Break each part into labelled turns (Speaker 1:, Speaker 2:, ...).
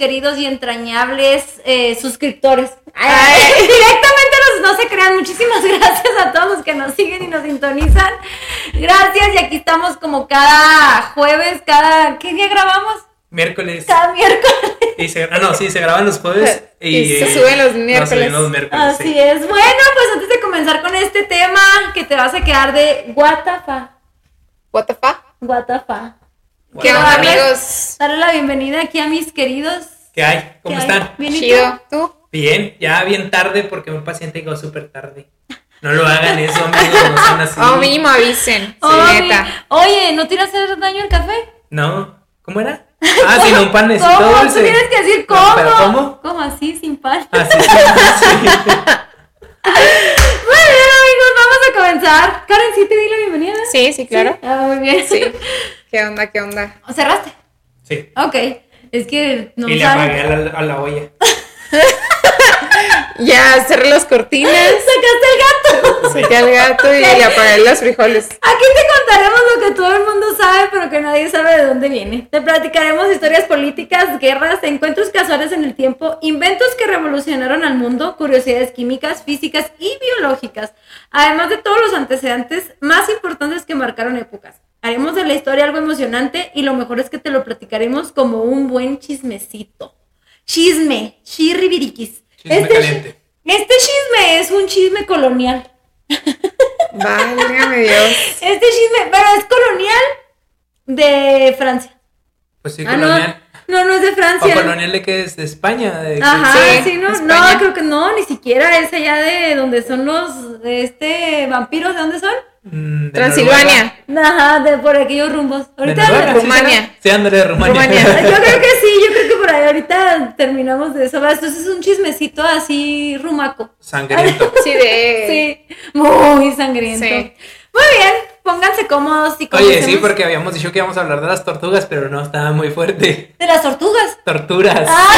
Speaker 1: queridos y entrañables eh, suscriptores. Ay, directamente los, no se crean. Muchísimas gracias a todos los que nos siguen y nos sintonizan. Gracias y aquí estamos como cada jueves, cada... ¿Qué día grabamos?
Speaker 2: Miércoles.
Speaker 1: Cada miércoles.
Speaker 2: Y se, ah, no, sí, se graban los jueves. Y,
Speaker 3: Y se
Speaker 2: eh,
Speaker 3: suben los
Speaker 2: no,
Speaker 3: miércoles.
Speaker 2: se suben los miércoles,
Speaker 1: Así
Speaker 2: sí.
Speaker 1: es. Bueno, pues antes de comenzar con este tema que te vas a quedar de guatafa.
Speaker 3: What the fuck?
Speaker 1: Guatafa.
Speaker 3: ¿Qué
Speaker 2: Bueno,
Speaker 3: onda,
Speaker 1: darle-
Speaker 3: amigos?
Speaker 1: Darle la bienvenida aquí a mis queridos.
Speaker 2: ¿Qué hay? ¿Cómo
Speaker 1: que hay.
Speaker 2: están?
Speaker 1: Bien, ¿y tú?
Speaker 3: Chido. ¿Tú?
Speaker 2: Bien, ya bien tarde porque un paciente llegó súper tarde. No lo hagan eso, amigos, no sean así.
Speaker 3: Oh, mínimo avisen. Sí,
Speaker 1: Oye,
Speaker 3: neta.
Speaker 1: Oye, ¿no te irá a hacer daño el café?
Speaker 2: No, ¿cómo era? Ah, sin un panecito
Speaker 1: ¿Cómo? Tú
Speaker 2: dulce.
Speaker 1: tienes que decir
Speaker 2: No,
Speaker 1: cómo.
Speaker 2: pero ¿Cómo?
Speaker 1: ¿Cómo así, sin pan?
Speaker 2: Ah, sí, sí, sí.
Speaker 1: Muy bien, amigos, vamos a comenzar. Karen, ¿sí te di la bienvenida?
Speaker 3: Sí, sí, claro.
Speaker 1: Ah, muy bien.
Speaker 3: Sí. ¿Qué onda, qué onda?
Speaker 1: ¿Cerraste?
Speaker 2: Sí.
Speaker 1: Ok. Es que no
Speaker 2: y le
Speaker 1: saben.
Speaker 2: apagué a la, a la olla.
Speaker 3: Ya, cerré las cortinas,
Speaker 1: ¡Sacaste el gato!
Speaker 3: saqué al gato y le apagué los frijoles.
Speaker 1: Aquí te contaremos lo que todo el mundo sabe, pero que nadie sabe de dónde viene. Te platicaremos historias políticas, guerras, encuentros casuales en el tiempo, inventos que revolucionaron al mundo, curiosidades químicas, físicas y biológicas, además de todos los antecedentes más importantes que marcaron épocas. Haremos de la historia algo emocionante y lo mejor es que te lo platicaremos como un buen chismecito. Chisme, chirribiriquis.
Speaker 2: Chisme caliente.
Speaker 1: este chisme es un chisme colonial.
Speaker 3: Válgame Dios.
Speaker 1: Este chisme, pero es colonial de Francia.
Speaker 2: Pues sí,
Speaker 1: Ah,
Speaker 2: colonial.
Speaker 1: no, no, no es de
Speaker 2: ¿O
Speaker 1: Francia.
Speaker 2: colonial de que es? ¿De España? De,
Speaker 1: Ajá, sí,
Speaker 3: Sí,
Speaker 1: no,
Speaker 3: España.
Speaker 1: no, creo que no, ni siquiera es allá de donde son los este vampiros, ¿de dónde son?
Speaker 2: Mm, de
Speaker 3: Transilvania.
Speaker 1: Ajá, de por aquellos rumbos.
Speaker 2: Noruega.
Speaker 1: Ahorita
Speaker 2: ¿De Noruega?
Speaker 3: Rumania.
Speaker 2: será? Sí, ándale, Rumania.
Speaker 3: Rumania.
Speaker 1: yo creo que sí, yo creo que por ahí ahorita terminamos de eso. ¿verdad? Entonces es un chismecito así rumaco.
Speaker 2: Sangriento.
Speaker 3: Sí, de.
Speaker 1: Sí, muy sangriento.
Speaker 3: Sí.
Speaker 1: Muy bien, pónganse cómodos y
Speaker 2: Oye, sí,
Speaker 1: comencemos.
Speaker 2: porque habíamos dicho que íbamos a hablar de las tortugas, pero no, estaba muy fuerte.
Speaker 1: De las tortugas.
Speaker 2: Torturas.
Speaker 1: Ah.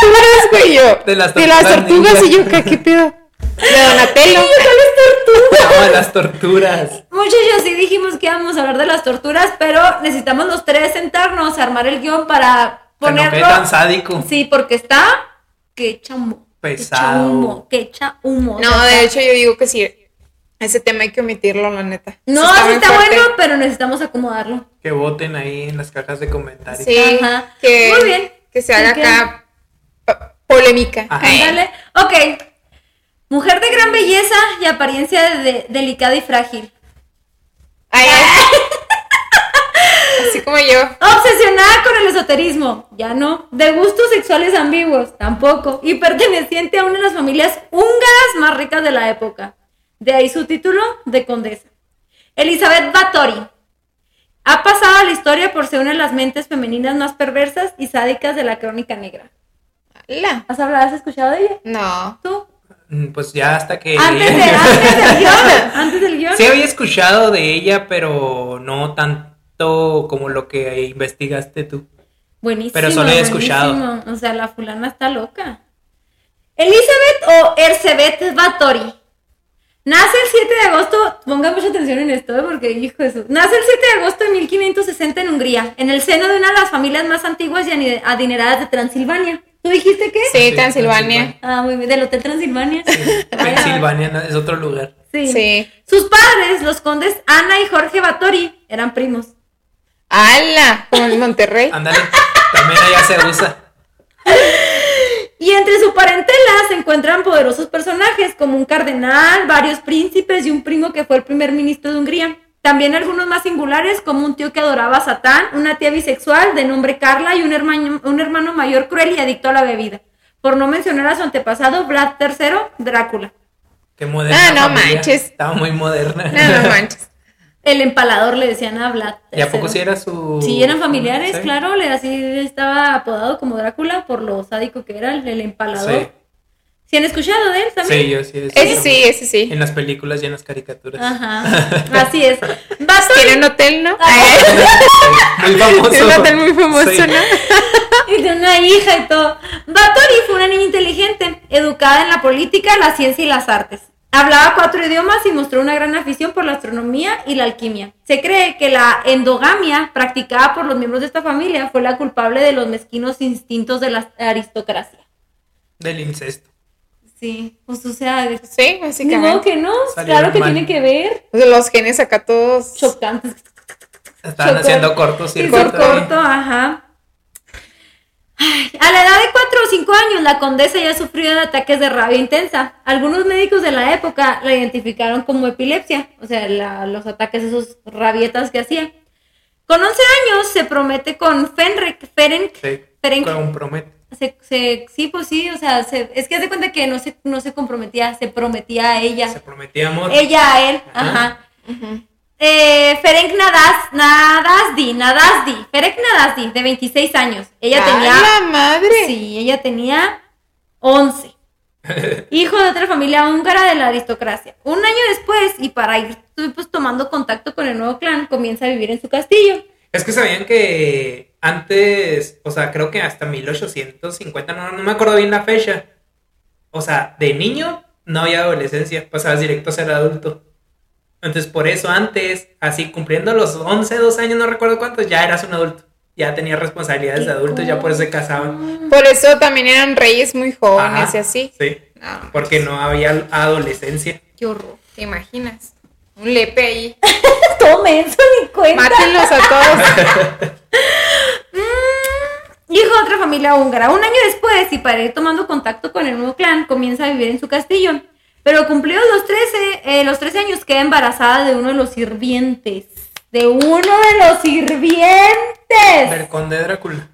Speaker 3: Tú eres, güey, yo.
Speaker 2: De las
Speaker 3: De las
Speaker 2: tortugas
Speaker 3: tortugas y yo,
Speaker 2: ninja.
Speaker 3: ¿qué, qué pedo? De Donatello.
Speaker 2: No, de las torturas.
Speaker 1: Muchachos, sí dijimos que íbamos a hablar de las torturas, pero necesitamos los tres sentarnos, armar el guión para
Speaker 2: Que no quede
Speaker 1: ponerlo.
Speaker 2: tan sádico.
Speaker 1: Sí, porque está que echa humo. que echa
Speaker 2: Pesado.
Speaker 1: humo, que echa humo. O
Speaker 3: No,
Speaker 1: sea,
Speaker 3: de
Speaker 1: está-
Speaker 3: hecho, yo digo que sí. Ese tema hay que omitirlo, la neta.
Speaker 1: No,
Speaker 3: Eso
Speaker 1: sí
Speaker 3: muy
Speaker 1: está,
Speaker 3: fuerte.
Speaker 1: bueno, pero necesitamos acomodarlo.
Speaker 2: Que voten ahí en las cajas de comentarios.
Speaker 3: Sí,
Speaker 1: Ajá.
Speaker 3: que,
Speaker 1: Muy bien.
Speaker 3: que se haga
Speaker 1: Ok.
Speaker 3: acá po- polémica.
Speaker 2: Ajá.
Speaker 3: Ay.
Speaker 1: Ándale. Ok. Mujer de gran belleza y apariencia de- delicada y frágil.
Speaker 3: Ay, ay. Así como yo.
Speaker 1: Obsesionada con el esoterismo, ya no. De gustos sexuales ambiguos, tampoco. Y perteneciente a una de las familias húngaras más ricas de la época. De ahí su título de condesa. Elizabeth Báthory. Ha pasado a la historia por ser una de las mentes femeninas más perversas y sádicas de la crónica negra.
Speaker 3: La.
Speaker 1: ¿Has hablado, has escuchado de ella?
Speaker 3: No.
Speaker 1: ¿Tú?
Speaker 2: Mm, Pues ya hasta que.
Speaker 1: Antes, de- antes del guión. Antes del guión.
Speaker 2: Sí había escuchado de ella, pero no tanto como lo que investigaste tú.
Speaker 1: Buenísimo.
Speaker 2: Pero solo he escuchado.
Speaker 1: buenísimo. O sea, la fulana está loca. Elizabeth o Ersebet Báthory. Nace el 7 de agosto, pongan mucha atención en esto, ¿eh? porque hijo de su... Nace el 7 de agosto de 1560 en Hungría, en el seno de una de las familias más antiguas y ani- adineradas de Transilvania. ¿Tú dijiste qué?
Speaker 3: Sí, Transilvania.
Speaker 1: Ah, muy bien, del Hotel Transilvania. Ay, ay.
Speaker 2: Pensilvania no, es otro lugar.
Speaker 1: Sí.
Speaker 3: Sí.
Speaker 1: Sus padres, los condes Ana y Jorge Báthory, eran primos.
Speaker 3: ¡Hala! Como en Monterrey.
Speaker 2: Ándale, también allá se usa.
Speaker 1: Y entre su parentela se encuentran poderosos personajes como un cardenal, varios príncipes y un primo que fue el primer ministro de Hungría. También algunos más singulares como un tío que adoraba a Satán, una tía bisexual de nombre Carla y un hermano, un hermano mayor cruel y adicto a la bebida. Por no mencionar a su antepasado, Vlad III, Drácula.
Speaker 2: Qué moderna.
Speaker 3: Ah, no
Speaker 2: familia.
Speaker 3: manches.
Speaker 2: Estaba muy moderna.
Speaker 3: No, no manches.
Speaker 1: El empalador le decían a Vlad III.
Speaker 2: ¿Y a poco si era su.?
Speaker 1: Sí, eran familiares,
Speaker 2: Sí.
Speaker 1: claro, le así estaba apodado como Drácula por lo sádico que era el, el empalador.
Speaker 2: Sí,
Speaker 1: ¿Sí han escuchado de él también?
Speaker 2: sí, yo sí. eso
Speaker 3: Ese
Speaker 2: lo-
Speaker 3: sí, ese sí.
Speaker 2: En las películas y en las caricaturas.
Speaker 1: Ajá, así es. Báthory
Speaker 3: Tiene un hotel, ¿no?
Speaker 1: Ah,
Speaker 3: Ay,
Speaker 2: Muy famoso.
Speaker 3: Tiene un hotel muy famoso,
Speaker 2: Sí.
Speaker 3: ¿no?
Speaker 1: y de una hija y todo. Báthory fue una niña inteligente, educada en la política, la ciencia y las artes. Hablaba cuatro idiomas y mostró una gran afición por la astronomía y la alquimia. Se cree que la endogamia practicada por los miembros de esta familia fue la culpable de los mezquinos instintos de la aristocracia.
Speaker 2: Del incesto.
Speaker 1: Sí, pues o sea, de-
Speaker 3: Sí,
Speaker 1: ni modo
Speaker 3: básicamente.
Speaker 1: que no,
Speaker 2: Salieron
Speaker 1: claro que
Speaker 2: mal.
Speaker 1: tiene que ver.
Speaker 3: O sea, los genes acá todos.
Speaker 1: Chocantes.
Speaker 2: Estaban
Speaker 1: Chocó.
Speaker 2: haciendo cortos
Speaker 1: Sí,
Speaker 2: circuitos.
Speaker 1: corto, corto, ajá. Ay, a la edad de 4 o 5 años, la condesa ya sufrió de ataques de rabia intensa. Algunos médicos de la época la identificaron como epilepsia, o sea, la- los ataques, esos rabietas que hacía. Con 11 años se promete con Fenric, Ferenc,
Speaker 2: Sí,
Speaker 1: Ferenc.
Speaker 2: compromet-
Speaker 1: se- se- sí, pues sí, o sea, se- es que hace cuenta que no se, no se comprometía, se prometía a ella,
Speaker 2: Se prometía amor.
Speaker 1: ella a él,
Speaker 2: Ajá.
Speaker 1: ajá.
Speaker 3: Ujú.
Speaker 1: Eh, Ferenc Nadas, Nadasdi, Nadasdi, Ferenc Nadasdi, de 26 años. Ella
Speaker 3: ¡Ay,
Speaker 1: tenía.
Speaker 3: la madre!
Speaker 1: Sí, ella tenía 11. Hijo de otra familia húngara de la aristocracia. Un año después, y para ir pues, tomando contacto con el nuevo clan, comienza a vivir en su castillo.
Speaker 2: Es que sabían que antes, o sea, creo que hasta 1850, no, no me acuerdo bien la fecha. O sea, de niño no había adolescencia, pasabas directo a ser adulto. Entonces, por eso antes, así cumpliendo los 11, 12 años, no recuerdo cuántos, ya eras un adulto. Ya tenías responsabilidades de
Speaker 1: Qué
Speaker 2: adulto, ya por eso se casaban.
Speaker 1: Ah.
Speaker 3: Por eso también eran reyes muy jóvenes
Speaker 2: Ajá,
Speaker 3: y así.
Speaker 2: Sí,
Speaker 3: No,
Speaker 2: porque no había adolescencia.
Speaker 3: qué horror. ¿Te imaginas? Un lepe ahí.
Speaker 1: Tome eso ni cuenta.
Speaker 3: Mátenlos a todos.
Speaker 1: Mm, Hijo de otra familia húngara. Un año después, y para ir tomando contacto con el nuevo clan, comienza a vivir en su castillo. Pero cumplidos los 13, eh, los 13 años, queda embarazada de uno de los sirvientes. De uno de los
Speaker 2: Del
Speaker 1: sirvientes.
Speaker 2: conde Drácula.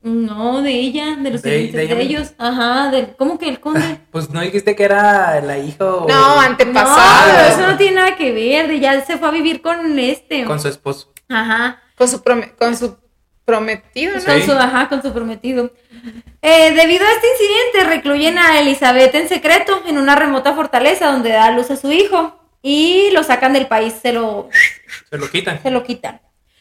Speaker 1: No, de ella, de los
Speaker 2: De-
Speaker 1: sirvientes
Speaker 2: de
Speaker 1: de,
Speaker 2: ella misma.
Speaker 1: ellos. Ajá, del, ¿cómo que el conde?
Speaker 2: Pues no dijiste que era la hija
Speaker 1: No,
Speaker 3: No,
Speaker 2: o-
Speaker 1: pero eso
Speaker 3: antepasados.
Speaker 1: no tiene nada que ver. de Ya se fue a vivir con este.
Speaker 2: con su esposo.
Speaker 1: Ajá.
Speaker 3: Con, su prome- con su prometido, ¿no?
Speaker 1: con
Speaker 2: Sí.
Speaker 1: su, ajá, con su prometido. Eh, debido a este incidente, recluyen a Elizabeth en secreto en una remota fortaleza donde da a luz a su hijo y lo sacan del país, se lo,
Speaker 2: Se lo quitan.
Speaker 1: se lo quitan.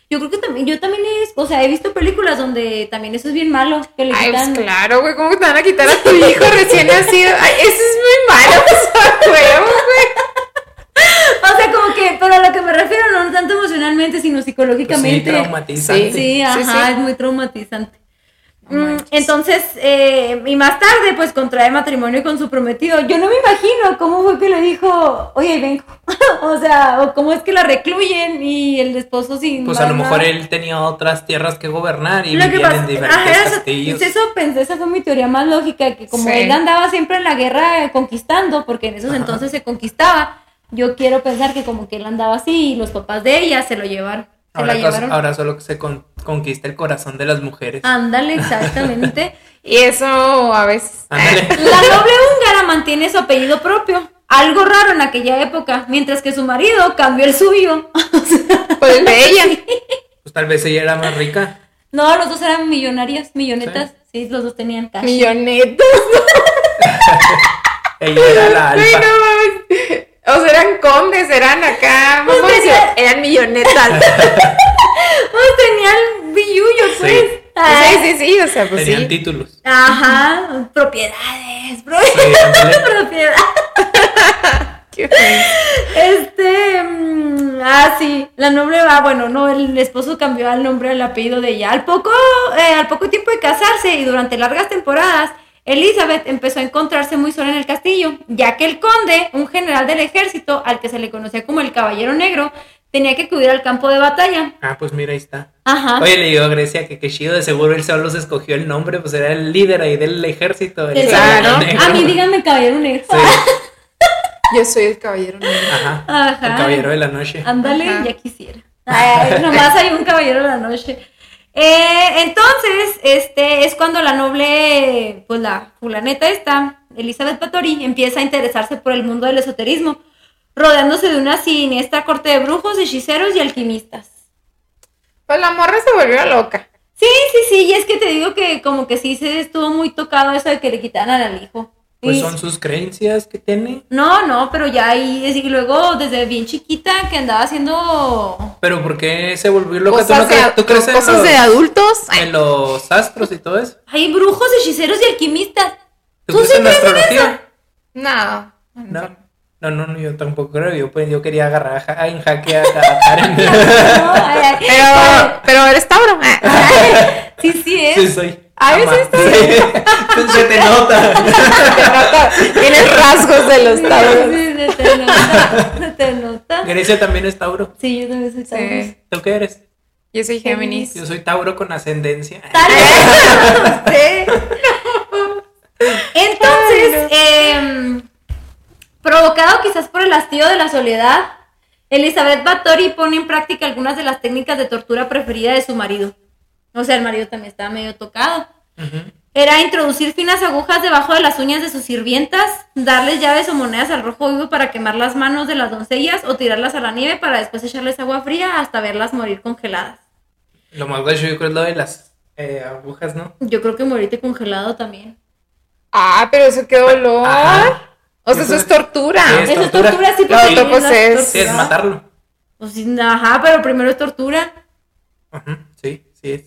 Speaker 1: Yo creo que también, yo también es, o sea, he visto películas donde también eso es bien malo, que le
Speaker 3: Ay, pues
Speaker 1: quitan.
Speaker 3: claro, güey, ¿cómo te van a quitar a tu hijo recién nacido? Ay, eso es muy malo, pues, güey, güey.
Speaker 1: O sea, como que, pero a lo que me refiero, no tanto emocionalmente, sino
Speaker 2: Pues sí,
Speaker 1: psicológicamente.
Speaker 2: traumatizante.
Speaker 1: Sí,
Speaker 3: Sí,
Speaker 1: ajá,
Speaker 3: sí.
Speaker 1: es muy traumatizante.
Speaker 3: No
Speaker 1: Mm,
Speaker 3: manches.
Speaker 1: entonces, eh, y más tarde, pues contrae matrimonio con su prometido. Yo no me imagino cómo fue que le dijo, oye, vengo. o sea, o cómo es que la recluyen y el esposo sin.
Speaker 2: Pues a lo
Speaker 1: más
Speaker 2: mejor
Speaker 1: nada.
Speaker 2: él tenía otras tierras que gobernar y
Speaker 1: Lo que
Speaker 2: vivían
Speaker 1: pasa,
Speaker 2: en diferentes
Speaker 1: ajá, eso- pues,
Speaker 2: castillos.
Speaker 1: eso pensé, esa fue mi teoría más lógica, que como
Speaker 3: Sí.
Speaker 1: él andaba siempre en la guerra eh, conquistando, porque en esos
Speaker 2: Ajá.
Speaker 1: entonces se conquistaba, yo quiero pensar que como que él andaba así y los papás de ella se lo llevaron. Se la
Speaker 2: ahora, cos-
Speaker 1: llevaron. Ah.
Speaker 2: ahora solo que se con- conquista el corazón de las mujeres.
Speaker 1: Ándale, exactamente.
Speaker 3: Y eso a veces.
Speaker 2: Ándale.
Speaker 1: La noble húngara mantiene su apellido propio. Algo raro en aquella época, mientras que su marido cambió el suyo.
Speaker 3: Pues el de ella.
Speaker 2: Pues tal vez ella era más rica.
Speaker 1: No, los dos eran millonarios, millonetas. Sí, los dos tenían cash.
Speaker 3: Milloneta.
Speaker 2: Ella era la
Speaker 3: Ay,
Speaker 2: alfa.
Speaker 3: no mames. O sea, eran condes, eran acá.
Speaker 1: Pues,
Speaker 3: vamos a decir,
Speaker 1: mira.
Speaker 3: eran millonetas.
Speaker 1: Pues tenían billullo, pues.
Speaker 2: Sí.
Speaker 1: Ay,
Speaker 3: Sí, sí, sí, o sea, pues
Speaker 2: Tenían
Speaker 3: sí.
Speaker 2: títulos.
Speaker 1: Ajá, propiedades, bro.
Speaker 2: Sí, ándale.
Speaker 1: Propiedad.
Speaker 3: Qué-
Speaker 1: Este, mm, ah, sí, la nombre va, bueno, no, el esposo cambió al nombre al apellido de ella. Al poco, eh, al poco tiempo de casarse y durante largas temporadas, Elizabeth empezó a encontrarse muy sola en el castillo, ya que el conde, un general del ejército, al que se le conocía como el Caballero Negro, tenía que acudir al campo de batalla.
Speaker 2: Ah, pues mira, ahí está.
Speaker 1: Ajá.
Speaker 2: Oye, le digo a Grecia que qué chido, de seguro él solo se escogió el nombre, pues era el líder ahí del ejército. el
Speaker 1: Claro. Ah,
Speaker 2: caballero negro.
Speaker 1: A mí díganme Caballero Negro.
Speaker 2: Sí,
Speaker 3: Yo soy el caballero negro.
Speaker 2: ajá.
Speaker 1: Ajá.
Speaker 2: El caballero de la noche.
Speaker 1: Ándale,
Speaker 3: Ajá.
Speaker 1: ya quisiera. Ay, nomás hay un caballero de la noche. Eh, entonces, este es cuando la noble, pues la fulaneta esta, Elizabeth Báthory, empieza a interesarse por el mundo del esoterismo, rodeándose de una siniestra corte de brujos, hechiceros y alquimistas.
Speaker 3: Pues la morra se volvió loca.
Speaker 1: Sí, sí, sí, y es que te digo que como que sí se estuvo muy tocado eso de que le quitaran al hijo.
Speaker 2: Pues
Speaker 1: Y-
Speaker 2: son sus creencias que tiene.
Speaker 1: No, no, pero ya ahí, es- y luego desde bien chiquita que andaba haciendo
Speaker 2: Pero ¿por qué se volvió loca? ¿Tú,
Speaker 3: Cosas
Speaker 2: no cre-
Speaker 3: de-
Speaker 2: tú crees en
Speaker 3: cosas
Speaker 2: los-
Speaker 3: de adultos. Ay,
Speaker 2: en los astros y todo eso?
Speaker 1: Hay brujos, hechiceros y alquimistas.
Speaker 2: ¿Tú
Speaker 1: ¿Tú
Speaker 2: crees
Speaker 1: sí
Speaker 2: en la
Speaker 1: crees en
Speaker 2: astrología?
Speaker 1: eso?
Speaker 3: No.
Speaker 2: No. No, no, no, yo tampoco creo. Yo, pues, yo quería agarrar a ja- en jaque a, a Karen.
Speaker 1: No, ay, ay,
Speaker 3: Pero, pero eres Tauro. Ah,
Speaker 1: ay, eh, Sí, sí es.
Speaker 2: Sí, soy.
Speaker 3: Ay,
Speaker 2: Ama.
Speaker 3: sí,
Speaker 2: Sí. Se te nota.
Speaker 3: te nota, Tienes rasgos de los
Speaker 1: Sí,
Speaker 3: Tauros.
Speaker 1: sí, se te nota. Se te nota.
Speaker 2: Grecia también es Tauro.
Speaker 1: Sí, yo también soy Tauro.
Speaker 3: Sí.
Speaker 2: ¿Tú qué eres?
Speaker 3: Yo soy Géminis.
Speaker 2: Yo soy Tauro con ascendencia.
Speaker 1: Tal vez. Entonces, em, provocado quizás por el hastío de la soledad, Elizabeth Bathory pone en práctica algunas de las técnicas de tortura preferida de su marido. O sea, el marido también estaba medio tocado.
Speaker 2: Ujú.
Speaker 1: Era introducir finas agujas debajo de las uñas de sus sirvientas, darles llaves o monedas al rojo vivo para quemar las manos de las doncellas o tirarlas a la nieve para después echarles agua fría hasta verlas morir congeladas.
Speaker 2: Lo más gacho yo creo es lo de las eh, agujas, ¿no?
Speaker 1: Yo creo que morirte congelado también.
Speaker 3: Ah, pero eso qué dolor.
Speaker 2: Ajá.
Speaker 3: O sea, eso es tortura.
Speaker 2: Sí, Es
Speaker 1: Eso es
Speaker 2: tortura.
Speaker 1: tortura, sí,
Speaker 2: No,
Speaker 1: porque
Speaker 2: otro,
Speaker 3: pues,
Speaker 1: la
Speaker 3: es-
Speaker 2: Sí, es
Speaker 1: tortura.
Speaker 2: matarlo.
Speaker 1: Pues sí, ajá, pero primero es tortura.
Speaker 2: Ujú, Sí, sí es.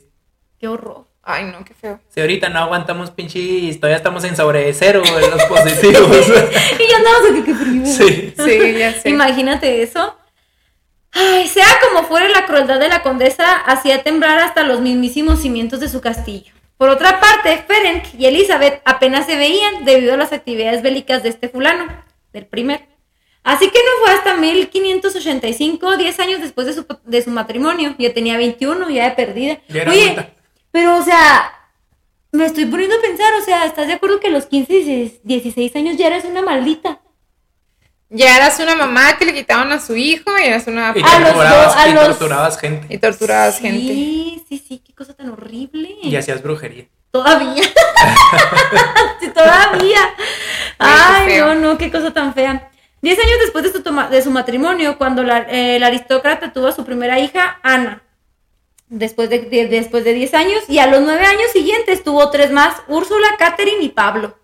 Speaker 1: Qué horror.
Speaker 3: Ay, no, qué feo.
Speaker 2: Si ahorita no aguantamos pinches, todavía estamos en sobre cero en los positivos.
Speaker 1: Y ya andamos aquí, qué frío.
Speaker 2: sí.
Speaker 3: Sí, ya sé.
Speaker 1: Imagínate eso. Ay, sea como fuere la crueldad de la condesa, hacía temblar hasta los mismísimos cimientos de su castillo. Por otra parte, Ferenc y Elizabeth apenas se veían debido a las actividades bélicas de este fulano, del primer. Así que no fue hasta 1585, 10 años después de su, de su matrimonio. Yo tenía 21, ya de perdida.
Speaker 2: Ya era
Speaker 1: Oye,
Speaker 2: adulta.
Speaker 1: pero o sea, me estoy poniendo a pensar, o sea, ¿estás de acuerdo que a los 15, 16 16 años ya eres una maldita?
Speaker 3: Ya eras una mamá que le quitaban a su hijo y eras una
Speaker 2: Y
Speaker 1: A los
Speaker 2: torturabas,
Speaker 1: dos, a
Speaker 2: y
Speaker 1: los-
Speaker 2: torturabas gente.
Speaker 3: y torturabas
Speaker 1: sí,
Speaker 3: gente.
Speaker 1: Sí, sí, qué cosa tan horrible.
Speaker 2: Y hacías brujería.
Speaker 1: Todavía. Sí, todavía.
Speaker 3: Ay,
Speaker 1: Ay,
Speaker 3: qué feo.
Speaker 1: no, no, qué cosa tan fea. Diez años después de su, toma- de su matrimonio, cuando la, eh, el aristócrata tuvo a su primera hija, Ana. Después de, de- después de 10 años, y a los nueve años siguientes tuvo tres más: Úrsula, Catherine y Pablo.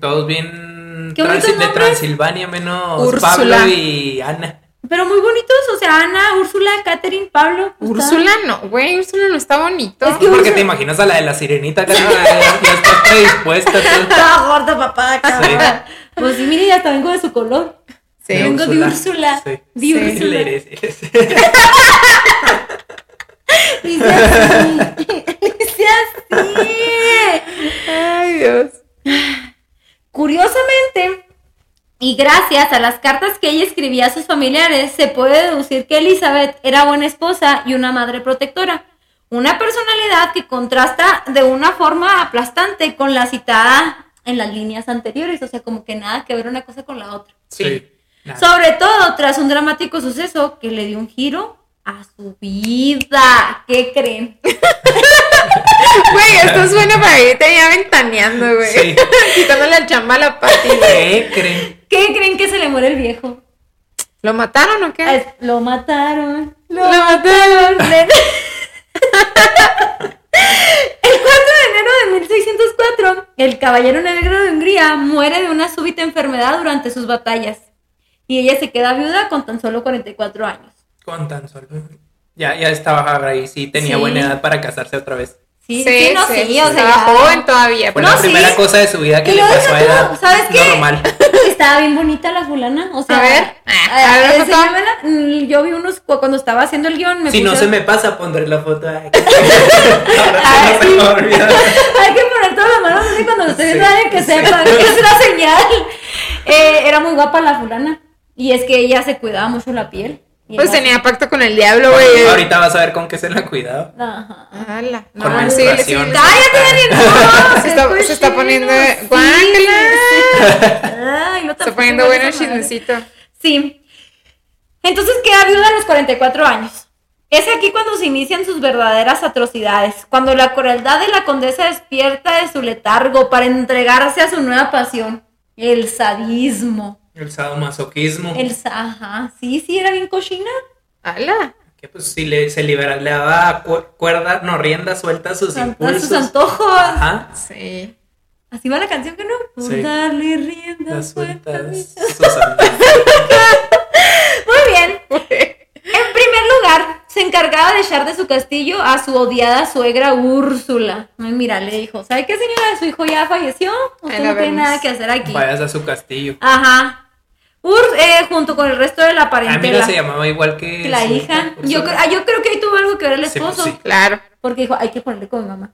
Speaker 2: Todos bien
Speaker 1: Qué bonitos
Speaker 2: transi- de
Speaker 1: nombres.
Speaker 2: Transilvania, menos
Speaker 3: Úrsula.
Speaker 2: Pablo y Ana.
Speaker 1: Pero muy bonitos, o sea, Ana, Úrsula, Catherine, Pablo. pues,
Speaker 3: Úrsula no, güey, Úrsula no está bonito.
Speaker 1: Es que-
Speaker 2: Porque
Speaker 1: Úrsula-
Speaker 2: te imaginas a la de la sirenita que ya, ya estás predispuesta. tú.
Speaker 1: Estaba gorda, papá. cabrón. Pues sí, mire, ya hasta vengo de su color.
Speaker 2: De
Speaker 3: Sí.
Speaker 1: Vengo de Úrsula.
Speaker 2: Sí.
Speaker 1: De
Speaker 2: Sí.
Speaker 1: Úrsula.
Speaker 2: Le eres-
Speaker 1: Dice así. Dice así.
Speaker 3: Ay, Dios.
Speaker 1: Curiosamente, y gracias a las cartas que ella escribía a sus familiares, se puede deducir que Elizabeth era buena esposa y una madre protectora. Una personalidad que contrasta de una forma aplastante con la citada en las líneas anteriores, o sea, como que nada que ver una cosa con la otra.
Speaker 2: Sí. Nada.
Speaker 1: Sobre todo tras un dramático suceso que le dio un giro a su vida. ¿Qué creen?
Speaker 3: Güey, esto es bueno para irte ya ventaneando, güey.
Speaker 2: Sí.
Speaker 3: Quitándole el chamba a la pati.
Speaker 2: ¿Qué creen?
Speaker 1: ¿Qué creen que se le muere el viejo?
Speaker 3: ¿Lo mataron o qué?
Speaker 1: Es- lo mataron. Lo
Speaker 3: Lo
Speaker 1: mataron. El 4 de enero de 1604, el caballero negro de Hungría muere de una súbita enfermedad durante sus batallas. Y ella se queda viuda con tan solo 44 años.
Speaker 2: Con tan solo. Ya, ya estaba ahí, sí, tenía
Speaker 1: Sí.
Speaker 2: buena edad para casarse otra vez.
Speaker 1: Sí, sí, no, sí, o sea,
Speaker 3: estaba
Speaker 1: ya-
Speaker 3: joven todavía.
Speaker 2: Fue
Speaker 3: pero
Speaker 2: la primera cosa de su vida que
Speaker 1: Y
Speaker 2: le
Speaker 1: luego
Speaker 2: pasó a
Speaker 1: deja tú,
Speaker 2: edad
Speaker 1: ¿sabes qué?
Speaker 2: Pues normal.
Speaker 1: Estaba bien bonita la fulana, o sea,
Speaker 3: A ver, a
Speaker 1: eh,
Speaker 3: ver, foto.
Speaker 1: enséñamela. Mm, yo vi unos cu- cuando estaba haciendo el guión, me
Speaker 2: Si no
Speaker 1: puse-
Speaker 2: se me pasa, pondré la foto. Ay, que- Ahora sí no se me va a olvidar.
Speaker 1: Hay que poner todas las manos así cuando lo estoy viendo,
Speaker 2: Sí,
Speaker 1: alguien que
Speaker 2: sí.
Speaker 1: sepa, es una señal. Eh, era muy guapa la fulana. Y es que ella se cuidaba mucho la piel. Y
Speaker 3: Pues
Speaker 1: era-
Speaker 3: tenía pacto con el diablo, güey.
Speaker 2: Ahorita vas a ver con qué se la ha cuidado.
Speaker 1: Ajá.
Speaker 3: Ala, no,
Speaker 2: Con
Speaker 3: síguele,
Speaker 2: menstruación.
Speaker 3: síguele.
Speaker 1: ¡Cállate, Daniel! ¡No!
Speaker 3: Se está-
Speaker 1: Ah, Qué
Speaker 3: se está poniendo-
Speaker 1: cochino, pues sí.
Speaker 3: ¡Guácala!
Speaker 1: Ay, no te
Speaker 3: Está poniendo
Speaker 1: pongas
Speaker 3: bueno el
Speaker 1: esa madre.
Speaker 3: chismecito.
Speaker 1: Sí. Entonces queda viuda a los 44 años. Es aquí cuando se inician sus verdaderas atrocidades, cuando la crueldad de la condesa despierta de su letargo para entregarse a su nueva pasión, el sadismo.
Speaker 2: El sadomasoquismo.
Speaker 1: El sa- ajá, sí, sí, era bien cochina.
Speaker 3: Ala.
Speaker 2: Que pues si le, se libera, le daba cu- cuerda, no, rienda suelta a sus
Speaker 1: A- a
Speaker 2: impulsos.
Speaker 1: sus antojos.
Speaker 2: Ajá.
Speaker 3: Sí.
Speaker 1: Así va la canción que no. Por
Speaker 2: Sí.
Speaker 1: darle rienda
Speaker 2: Las
Speaker 1: suelta. a mi-
Speaker 2: sueltas. sus antojos.
Speaker 1: Muy bien. En primer lugar, se encargaba de echar de su castillo a su odiada suegra Úrsula. Ay, mira, le dijo, ¿sabe qué señora? Su hijo ya falleció,
Speaker 3: Ahí
Speaker 1: usted
Speaker 3: la
Speaker 1: no tiene
Speaker 3: vemos.
Speaker 1: nada que hacer aquí.
Speaker 2: Vayas a su castillo.
Speaker 1: Ajá. Ur, eh, junto con el resto de la
Speaker 2: Ah,
Speaker 1: parentela.
Speaker 2: mira, se llamaba igual que.
Speaker 1: la
Speaker 2: su
Speaker 1: hija.
Speaker 2: persona.
Speaker 1: Yo, creo- ah, yo creo que ahí tuvo algo que ver el
Speaker 2: Sí, pues,
Speaker 1: esposo.
Speaker 2: sí.
Speaker 3: Claro.
Speaker 1: Porque dijo, hay que ponerle con mi mamá.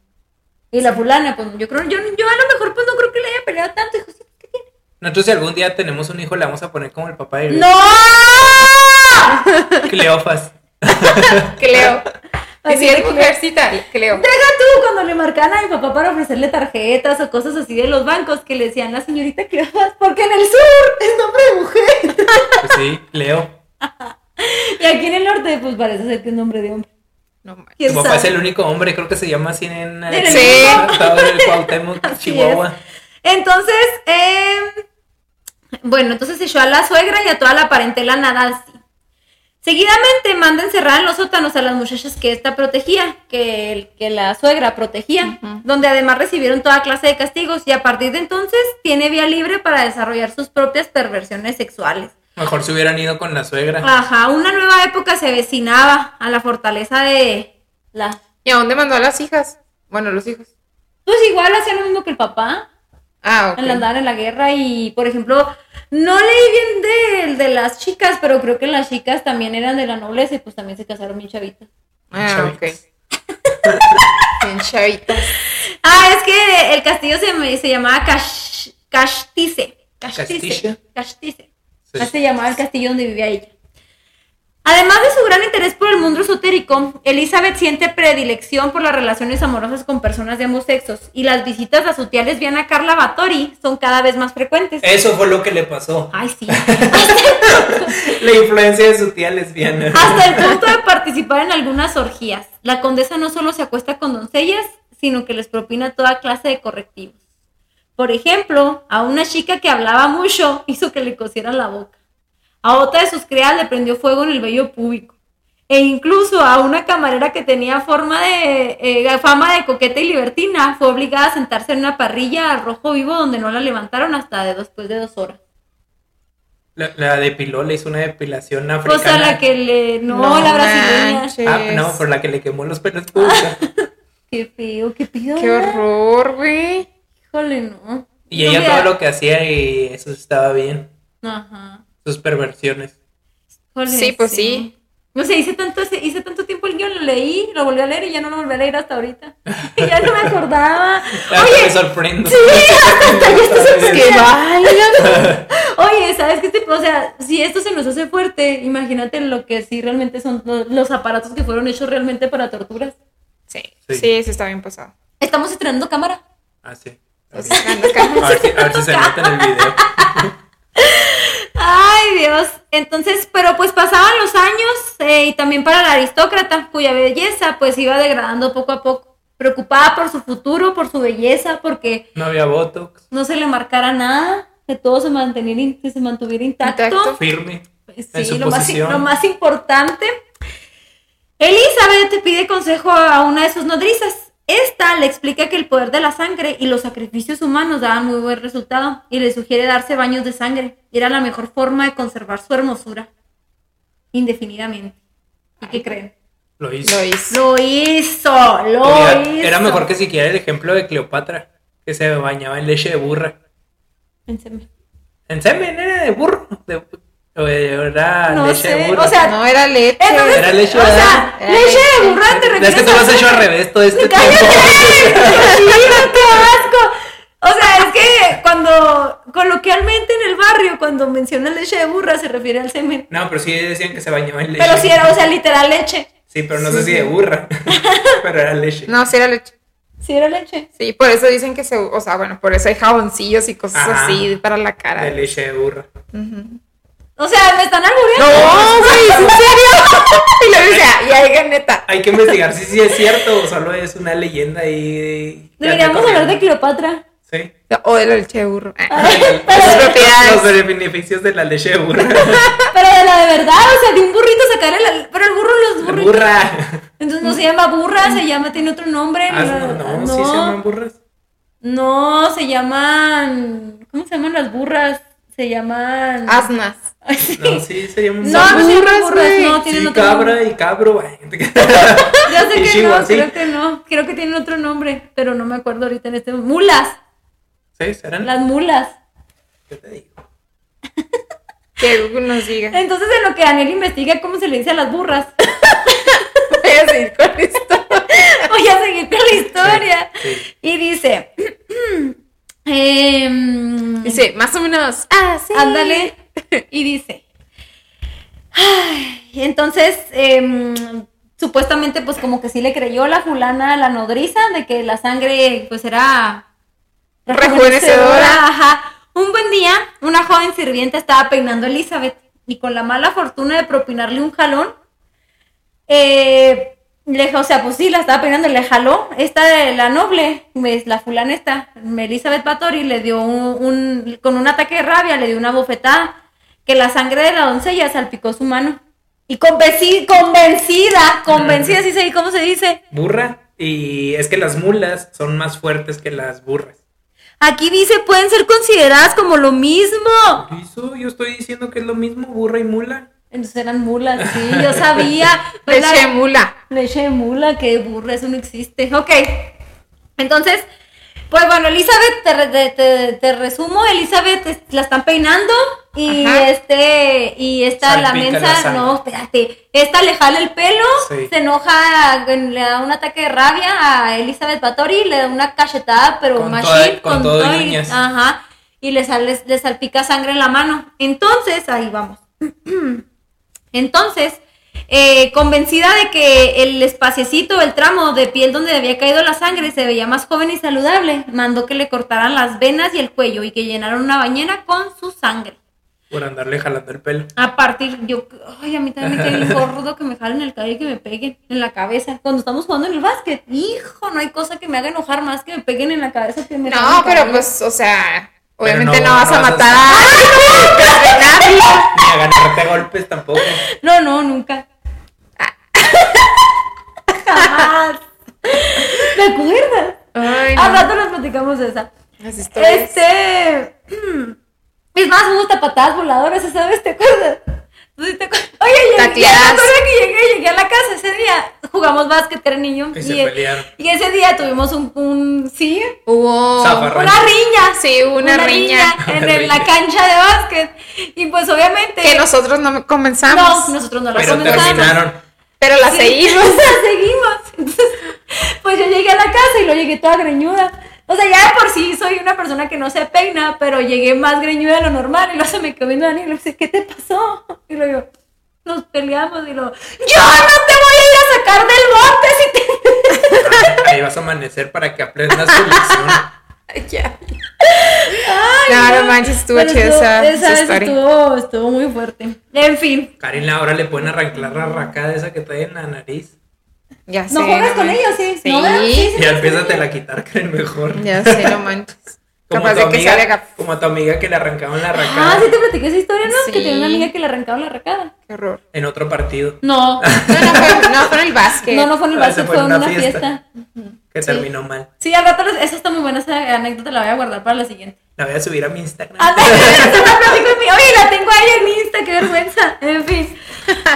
Speaker 1: Y la fulana, pues yo creo, yo, yo a lo mejor pues no creo que le haya peleado tanto. Dijo, sí, ¿qué tiene?
Speaker 2: Nosotros, si algún día tenemos un hijo, le vamos a poner como el papá de
Speaker 1: ¡No!
Speaker 2: Cleofas.
Speaker 3: Cleo. Y
Speaker 1: Así
Speaker 3: si
Speaker 1: de
Speaker 3: eres
Speaker 1: Cleo.
Speaker 3: mujercita, Cleo.
Speaker 1: Deja tú cuando le marcaban a mi papá para ofrecerle tarjetas o cosas así de los bancos que le decían la señorita Cleofas, porque en el sur es nombre de mujer.
Speaker 2: Pues sí, Leo.
Speaker 1: Y aquí en el norte, pues parece ser que es nombre de hombre.
Speaker 3: No manches.
Speaker 1: ¿Quién
Speaker 2: Tu papá es
Speaker 1: sabe?
Speaker 2: el único hombre, creo que se llama así
Speaker 1: En
Speaker 2: en. eh,
Speaker 1: el
Speaker 3: Sí.
Speaker 1: mundo.
Speaker 2: Estado del Cuauhtémoc,
Speaker 1: Así
Speaker 2: Chihuahua.
Speaker 1: Entonces, eh, bueno, entonces echó a la suegra y a toda la parentela nada así. Seguidamente manda encerrar en los sótanos a las muchachas que esta protegía, que, el- que la suegra protegía,
Speaker 3: Ujú.
Speaker 1: donde además recibieron toda clase de castigos y a partir de entonces tiene vía libre para desarrollar sus propias perversiones sexuales.
Speaker 2: Mejor se hubieran ido con la suegra.
Speaker 1: Ajá, una nueva época se vecinaba a la fortaleza de la...
Speaker 3: ¿Y a dónde mandó a las hijas? Bueno, los hijos.
Speaker 1: Pues igual hacía lo mismo que el papá,
Speaker 3: Ah,
Speaker 1: en la
Speaker 3: ok.
Speaker 1: andaban en la guerra y por ejemplo no leí bien del de las chicas pero creo que las chicas también eran de la nobleza y pues también se casaron bien chavitas
Speaker 3: Ah, ok.
Speaker 2: Chavitas.
Speaker 3: Bien chavito.
Speaker 1: ah es que el castillo se, me- se llamaba Cash, Castice Castice
Speaker 2: ¿Castilla?
Speaker 1: Castice
Speaker 2: Sí.
Speaker 1: así se llamaba el castillo donde vivía ella Además de su gran interés por el mundo esotérico, Elizabeth siente predilección por las relaciones amorosas con personas de ambos sexos y las visitas a su tía lesbiana Carla Batori son cada vez más frecuentes.
Speaker 2: Eso fue lo que le pasó.
Speaker 1: Ay, sí.
Speaker 2: La influencia de su tía lesbiana.
Speaker 1: Hasta el punto de participar en algunas orgías. La condesa no solo se acuesta con doncellas, sino que les propina toda clase de correctivos. Por ejemplo, a una chica que hablaba mucho hizo que le cosieran la boca. A otra de sus criadas le prendió fuego en el vello público. E incluso a una camarera que tenía forma de, eh, fama de coqueta y libertina fue obligada a sentarse en una parrilla al rojo vivo donde no la levantaron hasta de- después de dos horas.
Speaker 2: La, la depiló, le hizo una depilación
Speaker 1: O
Speaker 2: africana.
Speaker 1: sea, la que le... No, la brasileña.
Speaker 3: manches.
Speaker 2: Ah, no, por la que le quemó los pelos públicos.
Speaker 1: Qué feo, qué feo.
Speaker 3: Qué horror, güey.
Speaker 1: Híjole, no.
Speaker 2: Y ella todo lo que hacía y eso estaba bien.
Speaker 1: que. Ajá.
Speaker 2: Sus perversiones.
Speaker 1: Híjole,
Speaker 3: Sí, pues sí.
Speaker 1: No sé, hice tanto, hice tanto tiempo el guión, lo leí, lo volví a leer y ya no lo volví a leer hasta ahorita. ya no me acordaba.
Speaker 2: Claro,
Speaker 1: Oye,
Speaker 2: Ah, me sorprendo.
Speaker 3: Que valga.
Speaker 1: Oye, ¿sabes qué? Tipo? O sea, si esto se nos hace fuerte, imagínate lo que sí realmente son lo- los aparatos que fueron hechos realmente para torturas.
Speaker 3: Sí,
Speaker 2: Sí.
Speaker 3: sí, eso está bien pasado.
Speaker 1: Estamos estrenando cámara.
Speaker 2: Ah, sí.
Speaker 3: Pues,
Speaker 2: Está bien.
Speaker 3: anda, calma.
Speaker 2: A ver si, a ver si se nota en el video.
Speaker 1: Ay, Dios. Entonces, pero pues pasaban los años eh, y también para la aristócrata, cuya belleza pues iba degradando poco a poco, preocupada por su futuro, por su belleza, porque
Speaker 2: No había botox.
Speaker 1: no se le marcara nada, que todo se mantuviera, in- que se mantuviera intacto.
Speaker 3: Intacto.
Speaker 2: Firme.
Speaker 1: Pues,
Speaker 2: En
Speaker 1: Sí,
Speaker 2: su
Speaker 1: lo más, i-
Speaker 2: posición.
Speaker 1: lo más importante. Elizabeth te pide consejo a una de sus nodrizas. Esta le explica que el poder de la sangre y los sacrificios humanos daban muy buen resultado y le sugiere darse baños de sangre. Era la mejor forma de conservar su hermosura indefinidamente. ¿Y qué creen?
Speaker 2: Lo hizo.
Speaker 3: Lo hizo.
Speaker 1: Lo hizo, lo
Speaker 2: Era-
Speaker 1: hizo.
Speaker 2: Era mejor que siquiera el ejemplo de Cleopatra, que se bañaba en leche de burra.
Speaker 1: Piénsenme.
Speaker 2: En semen era de burro. De, o era
Speaker 1: No
Speaker 2: leche de
Speaker 1: sé,
Speaker 2: burra.
Speaker 1: o sea,
Speaker 3: No era leche.
Speaker 1: Entonces,
Speaker 2: Era leche,
Speaker 1: o sea,
Speaker 2: ¿verdad?
Speaker 3: Era
Speaker 1: leche de
Speaker 3: leche.
Speaker 1: burra te
Speaker 2: es
Speaker 1: refieres
Speaker 2: que tú lo
Speaker 1: a-
Speaker 2: has hecho al revés todo este
Speaker 1: ¡Cállate!
Speaker 2: tiempo.
Speaker 1: ¡Chino, qué asco! O sea, es que cuando coloquialmente en el barrio, cuando menciona leche de burra, se refiere al semen.
Speaker 2: No, pero sí decían que se bañaba en leche.
Speaker 1: Pero sí era, o sea, literal leche.
Speaker 2: Sí, pero no sé si de burra. pero era leche.
Speaker 3: No, sí era leche.
Speaker 1: Sí era leche.
Speaker 3: Sí, por eso dicen que se, o sea, bueno, por eso hay jaboncillos y cosas
Speaker 2: Ajá.
Speaker 3: así para la cara.
Speaker 2: De leche de burra.
Speaker 1: O sea, me están
Speaker 3: No,
Speaker 1: albureando.
Speaker 3: güey, ¿es en serio? Y luego dice, ah, ya digan neta.
Speaker 2: Hay que investigar si sí es cierto o solo es una leyenda ahí.
Speaker 1: Deberíamos hablar de Cleopatra.
Speaker 2: Sí.
Speaker 3: O de la leche de burro. Ah.
Speaker 2: Los-
Speaker 3: propiedades.
Speaker 2: Los beneficios de la leche de burra.
Speaker 1: Pero de la de verdad, o sea, de un burrito sacarle la... Pero el burro los burritos.
Speaker 2: burra. Mm.
Speaker 1: Entonces no se llama burra, se llama, tiene otro nombre.
Speaker 2: Ah, no, no, sí se llaman burras.
Speaker 1: No, se llaman... ¿Cómo se llaman las burras? Se llaman...
Speaker 2: Ah,
Speaker 3: Asnas.
Speaker 1: Ay, sí.
Speaker 2: No, sí se llaman
Speaker 1: No, no tienen
Speaker 3: burras,
Speaker 1: burras,
Speaker 3: güey.
Speaker 1: no, tienen
Speaker 2: sí,
Speaker 1: otro nombre.
Speaker 2: cabra y cabro. ay.
Speaker 1: Ya sé
Speaker 2: Y
Speaker 1: que
Speaker 2: chivo,
Speaker 1: no,
Speaker 2: sí.
Speaker 1: creo que no. Creo que tienen otro nombre, pero no me acuerdo ahorita en este Mulas,
Speaker 2: Sí, serán.
Speaker 1: las mulas.
Speaker 2: ¿Qué te digo?
Speaker 3: Que Google nos diga.
Speaker 1: Entonces, en lo que Daniel investiga cómo se le dice a las burras,
Speaker 3: Voy a seguir con esto.
Speaker 1: voy a seguir con la historia.
Speaker 2: Sí.
Speaker 1: Y dice: em,
Speaker 3: Dice, más o menos. Ah, sí.
Speaker 1: Ándale. Y dice. Ay, y entonces, em, supuestamente, pues como que sí le creyó la fulana, a la nodriza, de que la sangre, pues era
Speaker 3: Rejuvenecedora.
Speaker 1: Ajá. Un buen día, una joven sirvienta estaba peinando a Elizabeth y con la mala fortuna de propinarle un jalón, eh, le, o sea, pues sí, la estaba peinando, le jaló. Esta de la noble, pues, la fulana esta, Elizabeth Batory, le dio un, un- con un ataque de rabia, le dio una bofetada, que la sangre de la doncella salpicó su mano. Y convenci- convencida, convencida, sí sé, ¿cómo se dice?
Speaker 2: Burra. Y es que las mulas son más fuertes que las burras.
Speaker 1: Aquí dice, pueden ser consideradas como lo mismo.
Speaker 2: ¿Y eso? Yo estoy diciendo que es lo mismo, burra y mula.
Speaker 1: Entonces eran mulas, sí, yo sabía. Fue la-
Speaker 3: Leche Pues de mula.
Speaker 1: Leche de mula, que burra, eso no existe. Ok. Entonces, pues bueno, Elizabeth, te, re- te, te- te resumo, Elizabeth es- la están peinando y
Speaker 3: Ajá.
Speaker 1: este, y esta la
Speaker 2: Salpica la
Speaker 1: mensa,
Speaker 2: sangre.
Speaker 1: no, espérate, esta le jala el pelo,
Speaker 2: Sí.
Speaker 1: se enoja, le da un ataque de rabia a Elizabeth Batory, le da una cachetada, pero
Speaker 2: Con
Speaker 1: machine,
Speaker 2: toda- con todo y
Speaker 1: toda y-
Speaker 2: uñas.
Speaker 1: ajá, y le, sale, le salpica sangre en la mano. Entonces, ahí vamos. Entonces, eh, convencida de que el espaciecito, el tramo de piel donde había caído la sangre se veía más joven y saludable, mandó que le cortaran las venas y el cuello y que llenaran una bañera con su sangre.
Speaker 2: Por andarle jalando el pelo.
Speaker 1: A partir, yo, ay, a mí también me cae el gordo que me jalen el cabello y que me peguen en la cabeza. Cuando estamos jugando en el básquet, hijo, no hay cosa que me haga enojar más que me peguen en la cabeza que me jalen
Speaker 3: No,
Speaker 1: el
Speaker 3: pero
Speaker 1: cabello.
Speaker 3: pues, o sea, obviamente
Speaker 2: no,
Speaker 3: no, vas
Speaker 2: no
Speaker 3: a
Speaker 2: vas a-
Speaker 3: matar a nadie.
Speaker 2: Ni a ganarte a golpes tampoco.
Speaker 1: No, no, nunca. Jamás. ¿Te acuerdas?
Speaker 3: Ay,
Speaker 1: Al
Speaker 3: no.
Speaker 1: rato nos platicamos de esa.
Speaker 3: Las historias.
Speaker 1: Este. Es más, unos tapatadas voladoras, esa vez, ¿te acuerdas? ¿Tú sí te acuerdas? Oye, llegué, ya
Speaker 3: Tacleadas.
Speaker 1: me acuerdo que llegué, llegué a la casa ese día. Jugamos básquet, era niño.
Speaker 2: Y se
Speaker 1: e-
Speaker 2: pelearon.
Speaker 1: y ese día tuvimos un. un sí,
Speaker 3: Hubo
Speaker 2: Zafarra-
Speaker 1: una riña.
Speaker 3: Sí, una riña.
Speaker 1: en
Speaker 2: Una
Speaker 1: el- la
Speaker 2: riña.
Speaker 1: cancha de básquet. Y pues, obviamente.
Speaker 3: que nosotros no comenzamos,
Speaker 1: no, nosotros no la
Speaker 2: Pero
Speaker 1: comenzamos.
Speaker 2: terminaron.
Speaker 3: pero la
Speaker 1: Sí.
Speaker 3: seguimos.
Speaker 1: O sea, seguimos. Entonces, pues yo llegué a la casa y lo llegué toda greñuda. O sea, ya de por sí soy una persona que no se peina, pero llegué más greñuda de lo normal. Y luego se me quedó viendo Dani y le dice, ¿qué te pasó? Y luego yo, nos peleamos. Y luego, ¡yo no te voy a ir a sacar del bote si te...
Speaker 2: Ahí vas a amanecer para que aprendas tu lección.
Speaker 3: Ya. Ah, no, no manches, estuvo
Speaker 1: Pero
Speaker 3: chida esa,
Speaker 1: estuvo-
Speaker 3: esa
Speaker 1: vez
Speaker 3: historia.
Speaker 1: estuvo, estuvo muy fuerte. En fin,
Speaker 2: Karin, ahora le pueden arrancar la racada esa que trae en la nariz.
Speaker 3: Ya
Speaker 1: no
Speaker 3: sé,
Speaker 1: juegas con
Speaker 3: manches.
Speaker 1: ellos, ¿sí?
Speaker 3: Sí.
Speaker 1: ¿No, verdad? Sí, sí.
Speaker 2: Ya empiézate a quitar, Karin, mejor.
Speaker 3: Ya sé, no manches.
Speaker 2: Como
Speaker 3: Capaz
Speaker 2: tu
Speaker 3: de que
Speaker 2: amiga-
Speaker 3: salga.
Speaker 2: Como a tu amiga que le arrancaron la
Speaker 1: Ah,
Speaker 2: racada
Speaker 1: sí te platiqué esa historia, ¿no? Que
Speaker 3: Sí.
Speaker 1: tenía una amiga que le arrancaron la arracada.
Speaker 3: Qué horror.
Speaker 2: en otro partido.
Speaker 1: No,
Speaker 3: No, no fue, no fue en el básquet.
Speaker 1: no, no fue en el
Speaker 2: Ah, ese
Speaker 1: básquet, fue en una fiesta.
Speaker 2: Que
Speaker 1: Sí.
Speaker 2: terminó mal.
Speaker 1: Sí, al rato, les- esa está muy buena, esa anécdota la voy a guardar para la siguiente.
Speaker 2: La voy a subir a mi Instagram.
Speaker 1: Ah, no, esa la platico en mi- Oye, la tengo ahí en Insta, qué vergüenza. En fin,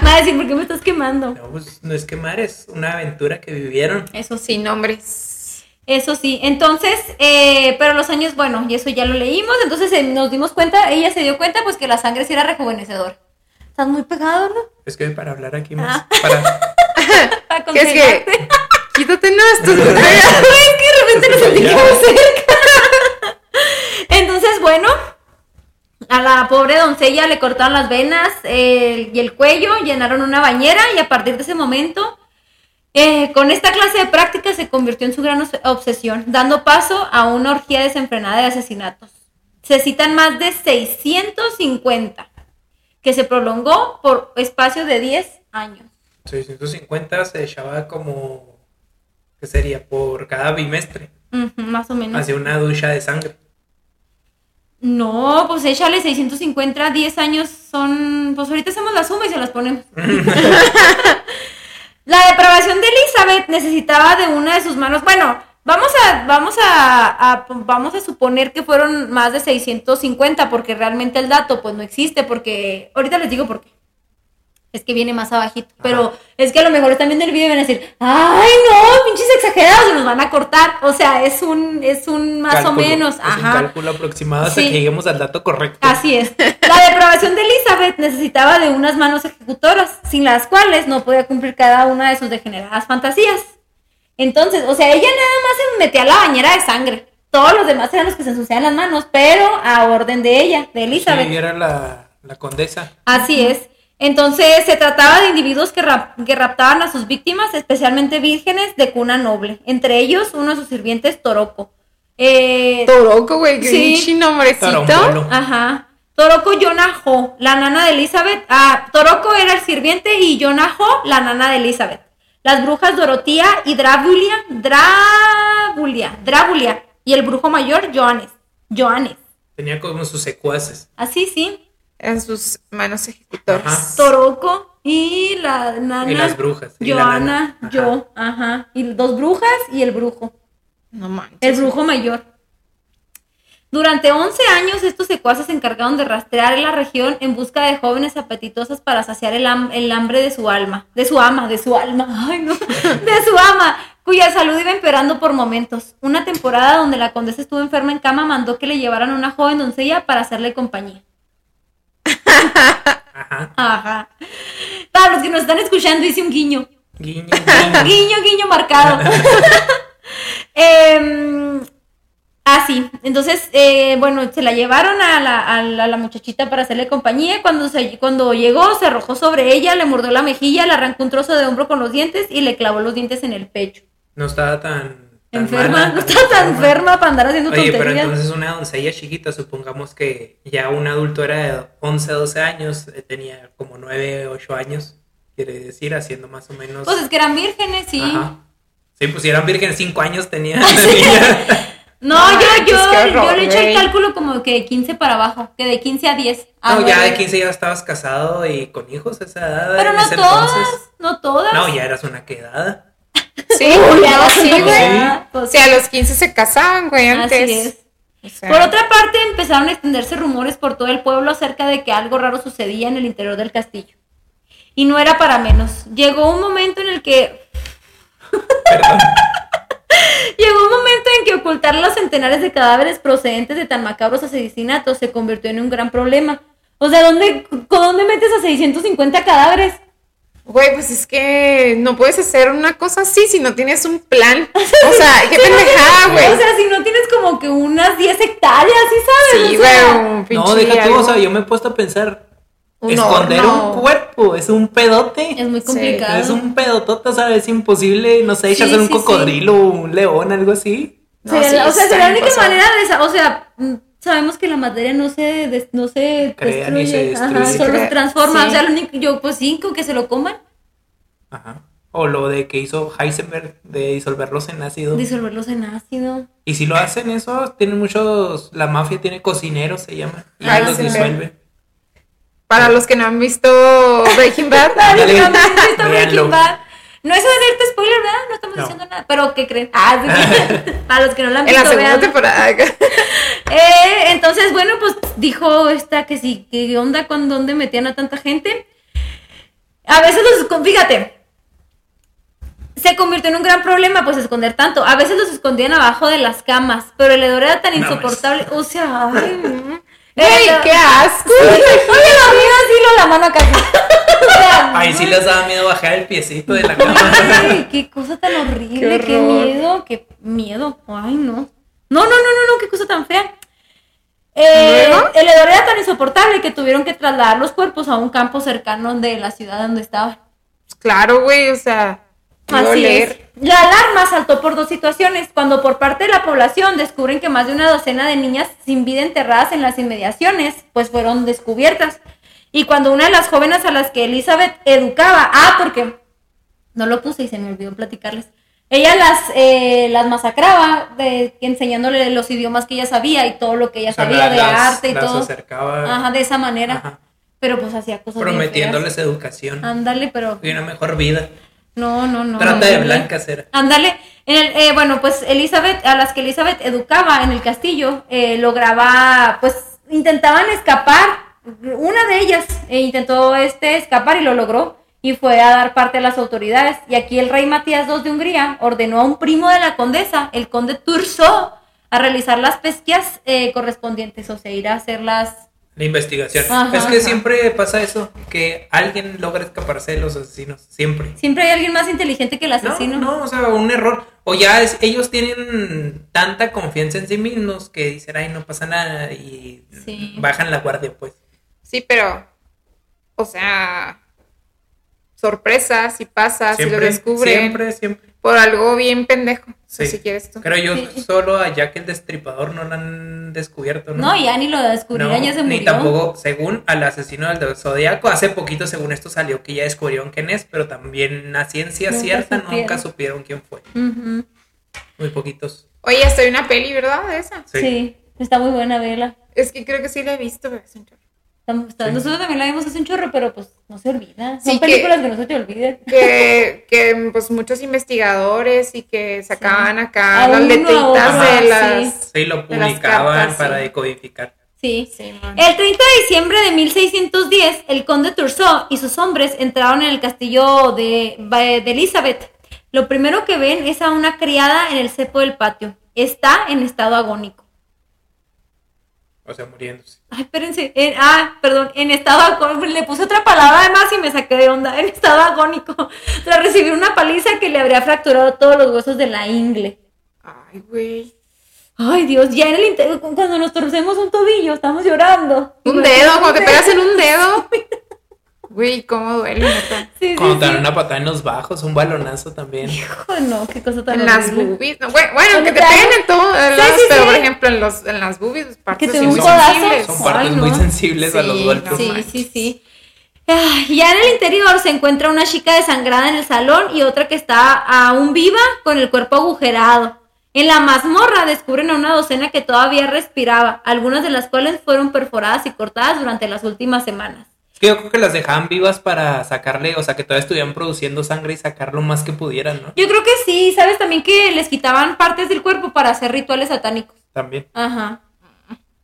Speaker 1: me va a decir, ¿por qué me estás quemando?
Speaker 2: No, pues, no es quemar, es una aventura que vivieron.
Speaker 1: Eso sí,
Speaker 3: Sin nombres.
Speaker 1: eso sí. Entonces, eh, pero los años, bueno, y eso ya lo leímos, entonces eh, nos dimos cuenta, ella se dio cuenta, pues que la sangre sí era rejuvenecedora. Estás muy pegado, ¿no?
Speaker 2: Es que para hablar aquí más.
Speaker 1: Ah.
Speaker 2: Para,
Speaker 1: Para
Speaker 3: ¿Qué es
Speaker 1: aconsejarte.
Speaker 3: que? Quítate, no, esto es
Speaker 1: es que de repente nos
Speaker 2: Se te
Speaker 1: sentimos cerca. Entonces, bueno, a la pobre doncella le cortaron las venas eh, y el cuello, llenaron una bañera y a partir de ese momento, eh, con esta clase de práctica se convirtió en su gran obs- obsesión, dando paso a una orgía desenfrenada de asesinatos. Se citan más de 650, que se prolongó por espacio de 10 años.
Speaker 2: 650 se echaba como. ¿Qué sería? Por cada bimestre.
Speaker 1: Ujú, más o menos.
Speaker 2: Hacía una ducha de sangre.
Speaker 1: No, pues échale 650, 10 años son... Pues ahorita hacemos la suma y se las ponemos. la depravación de Elizabeth necesitaba de una de sus manos. Bueno, vamos a, vamos a, a- vamos a suponer que fueron más de 650 porque realmente el dato pues no existe porque... Ahorita les digo por qué. Es que viene más abajito. Pero es que a lo mejor están viendo el video y van a decir, ay no, pinches exagerados, se nos van a cortar. O sea, es un, es un más
Speaker 2: Cálculo.
Speaker 1: o menos.
Speaker 2: Es un
Speaker 1: Ajá.
Speaker 2: cálculo aproximado hasta
Speaker 1: Sí.
Speaker 2: que lleguemos al dato correcto.
Speaker 1: Así es. La depravación de Elizabeth necesitaba de unas manos ejecutoras, sin las cuales no podía cumplir cada una de sus degeneradas fantasías. Entonces, o sea, ella nada más se metía a la bañera de sangre. Todos los demás eran los que se ensuciaban las manos, pero a orden de ella, de Elizabeth.
Speaker 2: Sí, era la, la condesa.
Speaker 1: Así es. Entonces se trataba de individuos que, rap- que raptaban a sus víctimas, especialmente vírgenes de cuna noble. Entre ellos, uno de sus sirvientes, Toroco. Eh,
Speaker 3: Toroco, güey, qué
Speaker 1: Sí.
Speaker 3: pinche nombrecito.
Speaker 2: Torombolo.
Speaker 1: ajá. Toroco Yonajo, la nana de Elizabeth. Ah, Toroco era el sirviente y Yonajo, la nana de Elizabeth. Las brujas Dorotía y Drabulia, Drabulia, Drabulia. Y el brujo mayor, Joanes. Joanes.
Speaker 2: Tenía como sus secuaces.
Speaker 1: Así, sí.
Speaker 3: En sus manos ejecutores.
Speaker 2: Ajá.
Speaker 1: Toroco y la nana.
Speaker 2: Y las brujas, y la
Speaker 1: Joana,
Speaker 2: nana. Ajá.
Speaker 1: yo, ajá. Y dos brujas y el brujo.
Speaker 3: No manches.
Speaker 1: El brujo mayor. Durante 11 años, estos secuaces se encargaron de rastrear la región en busca de jóvenes apetitosas para saciar el, ham- el hambre de su alma, de su ama, de su alma, ay no, de su ama, cuya salud iba empeorando por momentos. Una temporada donde la condesa estuvo enferma en cama, mandó que le llevaran una joven doncella para hacerle compañía.
Speaker 2: Ajá.
Speaker 1: Ajá. Para los que nos están escuchando, hice un guiño.
Speaker 2: Guiño, guiño.
Speaker 1: Guiño, guiño marcado. Em, ah, sí. Entonces, eh, bueno, se la llevaron a la, a la- a la muchachita para hacerle compañía. Cuando, se, cuando llegó, se arrojó sobre ella, le mordió la mejilla, le arrancó un trozo de hombro con los dientes y le clavó los dientes en el pecho.
Speaker 2: No estaba tan. tan
Speaker 1: Enferma,
Speaker 2: mala,
Speaker 1: no estaba tan enferma para andar haciendo
Speaker 2: Oye, pero
Speaker 1: tonterías.
Speaker 2: entonces una doncella chiquita, supongamos que ya un adulto era de 11, 12 años, eh, tenía como 9, 8 años, quiere decir, haciendo más o menos.
Speaker 1: Pues es que eran vírgenes, sí.
Speaker 2: Ajá. Sí, pues si eran virgen, 5 años tenía. tenía-
Speaker 1: No,
Speaker 3: No,
Speaker 1: yo, yo,
Speaker 3: pues, qué horror,
Speaker 1: yo le he hecho el
Speaker 3: güey.
Speaker 1: cálculo como que de 15 para abajo, que de 15 a 10. Ah,
Speaker 2: No, ya
Speaker 1: güey.
Speaker 2: de 15 ya estabas casado y con hijos a esa edad.
Speaker 1: Pero
Speaker 2: en
Speaker 1: no
Speaker 2: ese
Speaker 1: todas,
Speaker 2: entonces.
Speaker 1: no todas.
Speaker 2: No, ya eras una quedada.
Speaker 3: Sí,
Speaker 1: Ya,
Speaker 3: sí,
Speaker 1: pues,
Speaker 3: güey.
Speaker 1: ya,
Speaker 3: O
Speaker 1: pues,
Speaker 3: sea, a los 15 se casaban, güey, antes.
Speaker 1: Así es.
Speaker 3: O sea,
Speaker 1: Por otra parte, empezaron a extenderse rumores por todo el pueblo acerca de que algo raro sucedía en el interior del castillo. Y no era para menos. Llegó un momento en el que. Llegó un momento en que ocultar los centenares de cadáveres procedentes de tan macabros asesinatos se convirtió en un gran problema. O sea, ¿dónde, con ¿dónde metes a 650 cadáveres?
Speaker 3: Güey, pues es que no puedes hacer una cosa así si no tienes un plan. O sea, qué pendejada, güey.
Speaker 1: O sea, si no tienes como que unas 10 hectáreas, ¿sí sabes?
Speaker 3: Sí,
Speaker 1: O sea,
Speaker 3: güey, un pinche.
Speaker 2: No, deja tú,
Speaker 3: algo.
Speaker 2: o sea, yo me he puesto a pensar.
Speaker 3: Un
Speaker 2: esconder
Speaker 3: horno.
Speaker 2: un cuerpo es un pedote.
Speaker 1: Es muy
Speaker 3: Sí,
Speaker 1: complicado.
Speaker 2: Es un pedotota, ¿sabes? Es imposible, no sé,
Speaker 1: Sí,
Speaker 2: echarse un
Speaker 1: sí,
Speaker 2: cocodrilo o un león, algo así.
Speaker 3: No,
Speaker 1: Sería
Speaker 3: sí,
Speaker 1: la- o sea,
Speaker 3: está
Speaker 1: sería la única
Speaker 3: imposible.
Speaker 1: manera de... sa- O sea, mm, sabemos que la materia no se, des- no se
Speaker 2: Crea ni
Speaker 1: destruye,
Speaker 2: se destruye.
Speaker 1: ajá, solo se
Speaker 3: Crea-
Speaker 1: transforma.
Speaker 3: sí.
Speaker 1: O sea, lo único, yo pues cinco que se lo coman,
Speaker 2: Ajá. O lo de que hizo Heisenberg de disolverlos en ácido.
Speaker 1: disolverlos en ácido.
Speaker 2: Y si lo hacen eso, tienen muchos, la mafia tiene cocineros, se llama, y
Speaker 3: Ah,
Speaker 2: los
Speaker 3: sí.
Speaker 2: disuelve.
Speaker 3: Para los que no han visto Breaking Bad,
Speaker 2: Ándale.
Speaker 1: Pero no han visto
Speaker 2: Ah, Véanlo.
Speaker 1: Breaking Bad. No es alerta spoiler, ¿verdad? No estamos
Speaker 2: No.
Speaker 1: diciendo nada. Pero, ¿qué creen? Ah, sí. Para los que no la han
Speaker 3: en
Speaker 1: visto,
Speaker 3: la segunda
Speaker 1: vean.
Speaker 3: temporada.
Speaker 1: Eh, entonces, bueno, pues dijo esta que sí, que onda con dónde metían a tanta gente. A veces los, escon- fíjate, se convirtió en un gran problema pues esconder tanto. A veces los escondían abajo de las camas, pero el hedor era tan
Speaker 2: No,
Speaker 1: insoportable. O sea, ay, no.
Speaker 3: ¡Ey,
Speaker 1: Era-
Speaker 3: qué asco!
Speaker 1: Oye, lo mío así lo la mano casi. O sea,
Speaker 2: Ay, sí les daba miedo bajar el piecito de la cama.
Speaker 1: Ay, qué cosa tan horrible,
Speaker 3: Qué
Speaker 1: qué,
Speaker 3: horror.
Speaker 1: miedo, qué miedo. Ay, no. No, no, no, no, no, qué cosa tan fea. Eh,
Speaker 3: ¿Luego?
Speaker 1: el hedor era tan insoportable que tuvieron que trasladar los cuerpos a un campo cercano de la ciudad donde estaba.
Speaker 3: Pues claro, güey, o sea, iba a
Speaker 1: Así
Speaker 3: oler.
Speaker 1: es. La alarma saltó por dos situaciones, cuando por parte de la población descubren que más de una docena de niñas sin vida enterradas en las inmediaciones, pues fueron descubiertas. Y cuando una de las jóvenes a las que Elizabeth educaba, ah, porque no lo puse y se me olvidó platicarles, ella las, eh, las masacraba de- enseñándole los idiomas que ella sabía y todo lo que ella
Speaker 2: O sea,
Speaker 1: sabía
Speaker 2: la-
Speaker 1: de
Speaker 2: las-
Speaker 1: arte y
Speaker 2: las
Speaker 1: todo.
Speaker 2: acercaba
Speaker 1: Ajá, de esa manera.
Speaker 2: Ajá.
Speaker 1: Pero pues hacía cosas bien
Speaker 2: prometiéndoles educación
Speaker 1: feas. Ándale, pero
Speaker 2: y una mejor vida.
Speaker 1: no, no, no.
Speaker 2: Trata
Speaker 1: no,
Speaker 2: de
Speaker 1: no.
Speaker 2: blancas era.
Speaker 1: Ándale. En el- eh, bueno, pues Elizabeth, a las que Elizabeth educaba en el castillo, eh, lograba, pues intentaban escapar una de ellas eh, intentó este escapar y lo logró y fue a dar parte a las autoridades. Y aquí el rey Matías II de Hungría ordenó a un primo de la condesa, el conde Turso, a realizar las pesquisas eh, correspondientes, o sea, ir a hacer las...
Speaker 2: La investigación.
Speaker 1: Ajá,
Speaker 2: es que
Speaker 1: ajá.
Speaker 2: siempre pasa eso, que alguien logra escaparse de los asesinos, siempre.
Speaker 1: Siempre hay alguien más inteligente que el
Speaker 2: No,
Speaker 1: asesino.
Speaker 2: no, o sea, un error. O ya es, ellos tienen tanta confianza en sí mismos que dicen, ay, no pasa nada y
Speaker 1: Sí.
Speaker 2: bajan la guardia, pues.
Speaker 3: Sí, pero, o sea, sorpresa, si
Speaker 1: Ah,
Speaker 3: pasa, si lo descubren,
Speaker 2: siempre, siempre.
Speaker 3: por algo bien pendejo,
Speaker 2: Sí.
Speaker 3: si quieres tú.
Speaker 2: Creo yo
Speaker 1: Sí.
Speaker 2: solo a Jack el Destripador no lo han descubierto, ¿no?
Speaker 1: No, ya ni lo descubrían,
Speaker 2: No,
Speaker 1: ya se
Speaker 2: ni
Speaker 1: murió.
Speaker 2: tampoco, según al asesino del Zodíaco, hace poquito, según esto, salió que ya descubrieron quién es, pero también a ciencia
Speaker 1: Nunca
Speaker 2: cierta nunca
Speaker 1: supieron.
Speaker 2: supieron quién fue.
Speaker 1: Ujú,
Speaker 2: Muy poquitos.
Speaker 3: Oye, hasta hay una peli, ¿verdad? De esa.
Speaker 1: sí. está muy buena verla.
Speaker 3: Es que creo que sí la he visto, pero es un chorro.
Speaker 1: Estamos- está-
Speaker 2: Sí.
Speaker 1: Nosotros también la vimos hace un chorro, pero pues no se olvida. Son
Speaker 3: Sí, que-
Speaker 1: películas que... no se te olviden.
Speaker 3: que, que pues muchos investigadores y que sacaban acá
Speaker 1: A
Speaker 3: las
Speaker 1: uno, a
Speaker 3: letritas
Speaker 2: otro,
Speaker 3: de
Speaker 2: ajá,
Speaker 3: las...
Speaker 2: Sí, lo
Speaker 3: De las
Speaker 2: publicaban
Speaker 3: cartas,
Speaker 2: para
Speaker 3: sí.
Speaker 2: decodificar.
Speaker 1: Sí.
Speaker 3: Sí, man.
Speaker 1: El 30 de diciembre de 1610, el conde Turso y sus hombres entraron en el castillo de, de Elizabeth. Lo primero que ven es a una criada en el cepo del patio. Está en estado agónico.
Speaker 2: O sea, muriéndose.
Speaker 1: Ay, espérense. En- ah, perdón. En estado agónico. Le puse otra palabra además y me saqué de onda. En estado agónico. Tras recibir una paliza que le habría fracturado todos los huesos de la ingle.
Speaker 3: Ay, güey.
Speaker 1: Ay, Dios. Ya en el inter- cuando nos torcemos un tobillo, estamos llorando.
Speaker 3: Un dedo, cuando te pegas en un dedo. Güey, cómo duele. neta.
Speaker 1: Sí, sí,
Speaker 2: Cuando te
Speaker 1: sí.
Speaker 2: dan una patada en los bajos, un balonazo también.
Speaker 1: Hijo, no, qué cosa tan
Speaker 3: En las
Speaker 1: horrible.
Speaker 3: boobies. no, güey, bueno,
Speaker 1: Cuando
Speaker 3: que te
Speaker 1: te
Speaker 3: peguen
Speaker 1: hagan-
Speaker 3: en todo. en
Speaker 1: Sí,
Speaker 3: las-
Speaker 1: sí,
Speaker 3: pero,
Speaker 1: sí.
Speaker 3: por ejemplo, en, los, en las boobies, pues, partes
Speaker 1: Que te
Speaker 3: así
Speaker 1: den un
Speaker 3: muy
Speaker 1: codazo.
Speaker 3: sensibles.
Speaker 2: Son partes
Speaker 1: Ay,
Speaker 2: muy
Speaker 1: no.
Speaker 2: sensibles a los
Speaker 3: Sí,
Speaker 2: golpes.
Speaker 3: no.
Speaker 1: Sí,
Speaker 3: manches.
Speaker 1: sí, sí. Ah, Ya en el interior se encuentra una chica desangrada en el salón y otra que está aún viva con el cuerpo agujerado. En la mazmorra descubren a una docena que todavía respiraba, algunas de las cuales fueron perforadas y cortadas durante las últimas semanas.
Speaker 2: Es que yo creo que las dejaban vivas para sacarle, o sea, que todavía estuvieran produciendo sangre y sacar lo más que pudieran, ¿no?
Speaker 1: Yo creo que sí, sabes también que les quitaban partes del cuerpo para hacer rituales satánicos.
Speaker 2: También.
Speaker 1: Ajá.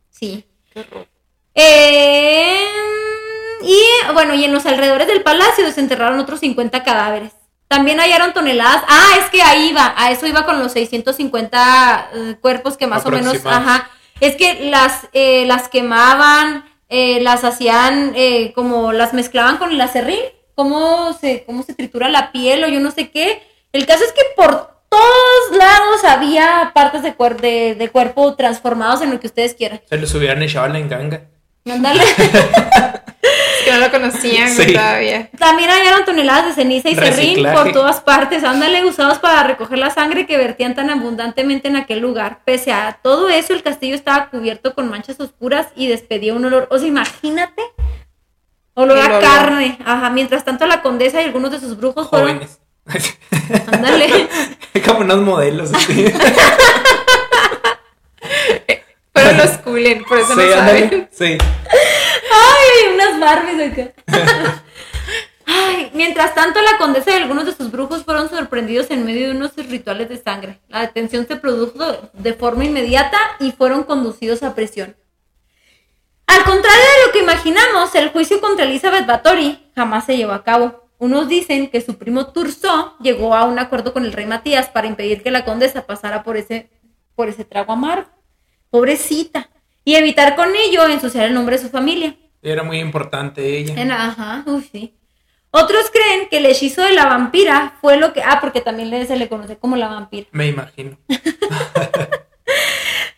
Speaker 1: Sí. Eh, y bueno, y en los alrededores del palacio desenterraron otros 50 cadáveres. También hallaron toneladas. Ah, es que ahí iba, a eso iba con los 650 eh, cuerpos que más o menos,
Speaker 2: Aproximados.
Speaker 1: ajá. Es que las, eh, las quemaban, eh, las hacían eh, como las mezclaban con el acerrín, cómo se, cómo se tritura la piel o yo no sé qué. El caso es que por todos lados había partes de, cuer- de, de cuerpo transformados en lo que ustedes quieran.
Speaker 2: Se los hubieran echado a la enganga.
Speaker 1: Ándale.
Speaker 3: Que no lo conocían
Speaker 2: Sí.
Speaker 3: todavía.
Speaker 1: También hallaron toneladas de ceniza y serrín
Speaker 2: Reciclaje.
Speaker 1: por todas partes, ándale, usados para recoger la sangre que vertían tan abundantemente en aquel lugar. Pese a todo eso, el castillo estaba cubierto con manchas oscuras y despedía un olor. O sea, imagínate. Olor
Speaker 3: El
Speaker 1: a
Speaker 3: olor.
Speaker 1: carne. Ajá. Mientras tanto, la condesa y algunos de sus brujos fueron.
Speaker 2: Jóvenes.
Speaker 1: Ándale.
Speaker 2: Como unos modelos así.
Speaker 3: Fueron los coolen, por eso
Speaker 2: sí,
Speaker 3: no saben.
Speaker 2: ándale. Sí.
Speaker 1: ¡Ay! Unas Barbies acá. Ay, mientras tanto, la condesa y algunos de sus brujos fueron sorprendidos en medio de unos rituales de sangre. La detención se produjo de forma inmediata y fueron conducidos a prisión. Al contrario de lo que imaginamos, el juicio contra Elizabeth Bathory jamás se llevó a cabo. Unos dicen que su primo Turso llegó a un acuerdo con el rey Matías para impedir que la condesa pasara por ese, por ese trago amargo. Pobrecita. Y evitar con ello ensuciar el nombre de su familia.
Speaker 2: Era muy importante ella.
Speaker 1: En- ajá, uy, sí. Otros creen que el hechizo de la vampira fue lo que. Ah, porque también le- se le conoce como la vampira.
Speaker 2: Me imagino.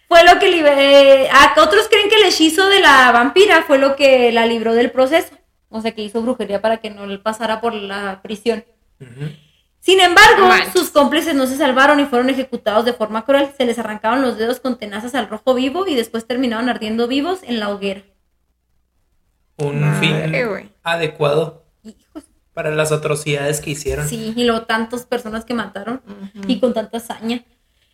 Speaker 1: Fue lo que. libe- eh, ah, que otros creen que el hechizo de la vampira fue lo que la libró del proceso. O sea, que hizo brujería para que no le pasara por la prisión.
Speaker 2: Ujú.
Speaker 1: Sin embargo,
Speaker 3: Manches.
Speaker 1: sus cómplices no se salvaron y fueron ejecutados de forma cruel. Se les arrancaban los dedos con tenazas al rojo vivo y después terminaron ardiendo vivos en la hoguera.
Speaker 2: Un
Speaker 3: Madre,
Speaker 2: fin
Speaker 3: güey.
Speaker 2: adecuado
Speaker 1: Hijos.
Speaker 2: para las atrocidades que hicieron.
Speaker 1: Sí, y luego tantas personas que mataron.
Speaker 3: Ujú.
Speaker 1: y con tanta hazaña.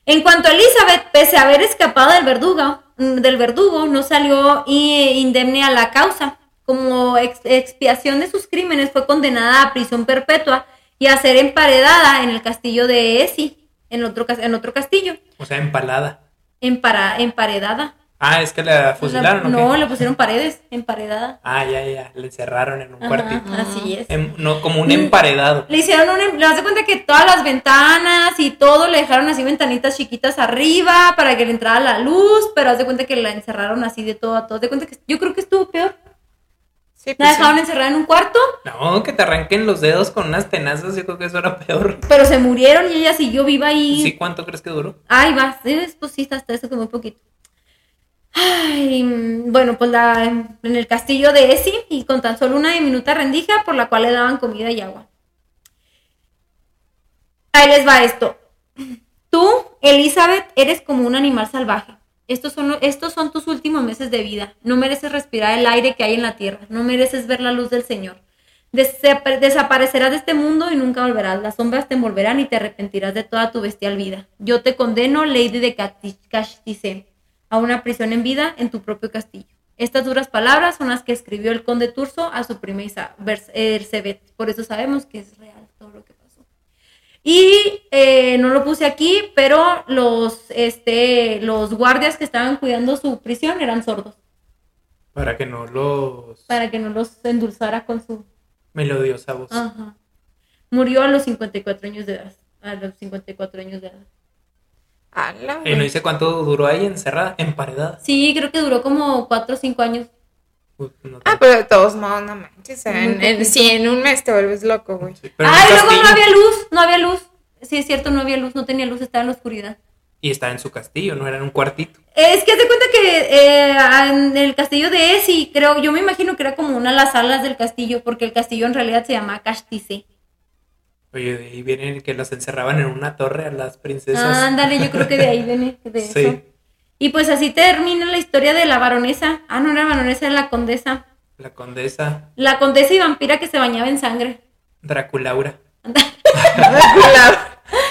Speaker 1: En cuanto a Elizabeth, pese a haber escapado del verdugo, mm, del verdugo no salió i- indemne a la causa. Como ex- expiación de sus crímenes, fue condenada a prisión perpetua y a ser emparedada en el castillo de Esi, en otro, cas- en otro castillo,
Speaker 2: O sea, empalada.
Speaker 1: empara- emparedada.
Speaker 2: Ah, es que la fusilaron,
Speaker 1: La-
Speaker 2: ¿o qué?
Speaker 1: no, le pusieron paredes, emparedada.
Speaker 2: Ah, ya, ya, le encerraron en un
Speaker 1: Ajá,
Speaker 2: cuartito.
Speaker 1: así es.
Speaker 2: En- em, no, como un
Speaker 1: Mm.
Speaker 2: emparedado.
Speaker 1: Le hicieron un. em- Le das de cuenta que todas las ventanas y todo le dejaron así ventanitas chiquitas arriba para que le entrara la luz, pero haz de cuenta que la encerraron así de todo a todo. De cuenta que yo creo que estuvo peor.
Speaker 3: Sí,
Speaker 1: La
Speaker 3: pues sí.
Speaker 1: dejaron encerrada en un cuarto,
Speaker 2: No, que te arranquen los dedos con unas tenazas, yo creo que eso era peor.
Speaker 1: pero se murieron y ella siguió viva ahí.
Speaker 2: ¿Sí cuánto crees que duró?
Speaker 1: Ay, va, es, pues sí, hasta eso que muy poquito. Ay, mm, bueno, pues la, en el castillo de Esi y con tan solo una diminuta rendija por la cual le daban comida y agua. Ahí les va esto. Tú, Elizabeth, eres como un animal salvaje. Estos son, estos son tus últimos meses de vida. No mereces respirar el aire que hay en la tierra. No mereces ver la luz del Señor. Desapa- desaparecerás de este mundo y nunca volverás. Las sombras te envolverán y te arrepentirás de toda tu bestial vida. Yo te condeno, Lady de Cati- Casticen, a una prisión en vida en tu propio castillo. Estas duras palabras son las que escribió el conde Turso a su prima Isa- Bers- Ersebet. Por eso sabemos que es real todo lo que pasó. Y eh, no lo puse aquí, pero los, este, los guardias que estaban cuidando su prisión eran sordos,
Speaker 2: Para que no los
Speaker 1: para que no los endulzara con su
Speaker 2: melodiosa voz.
Speaker 1: Ajá. Murió a los 54 años de edad. A los 54 años de edad.
Speaker 3: A la
Speaker 2: Y no
Speaker 3: vez.
Speaker 2: dice cuánto duró ahí encerrada, emparedada.
Speaker 1: Sí, creo que duró como 4 o 5 años.
Speaker 2: Uy, no
Speaker 3: Ah,
Speaker 2: tengo-
Speaker 3: pero de todos modos, no manches. En,
Speaker 1: Muy
Speaker 3: en- si en un mes te vuelves loco, güey.
Speaker 2: Sí, pero en
Speaker 1: Ay,
Speaker 2: un
Speaker 1: pues, ah, luego no
Speaker 2: castillo.
Speaker 1: había luz, no había luz. Sí, es cierto, no había luz, no tenía luz, estaba en la oscuridad.
Speaker 2: Y estaba en su castillo, no era en un cuartito.
Speaker 1: Es que haz de cuenta que eh, en el castillo de Esi, creo, yo me imagino que era como una de las salas del castillo, porque el castillo en realidad se llama Castice.
Speaker 2: Oye, y vienen que las encerraban en una torre a las princesas.
Speaker 1: Ah, Ándale, yo creo que de ahí viene de eso.
Speaker 2: Sí,
Speaker 1: Y pues así termina la historia de la baronesa. Ah, no era baronesa, era la condesa.
Speaker 2: la condesa
Speaker 1: La condesa y vampira que se bañaba en sangre.
Speaker 2: Draculaura.
Speaker 3: La-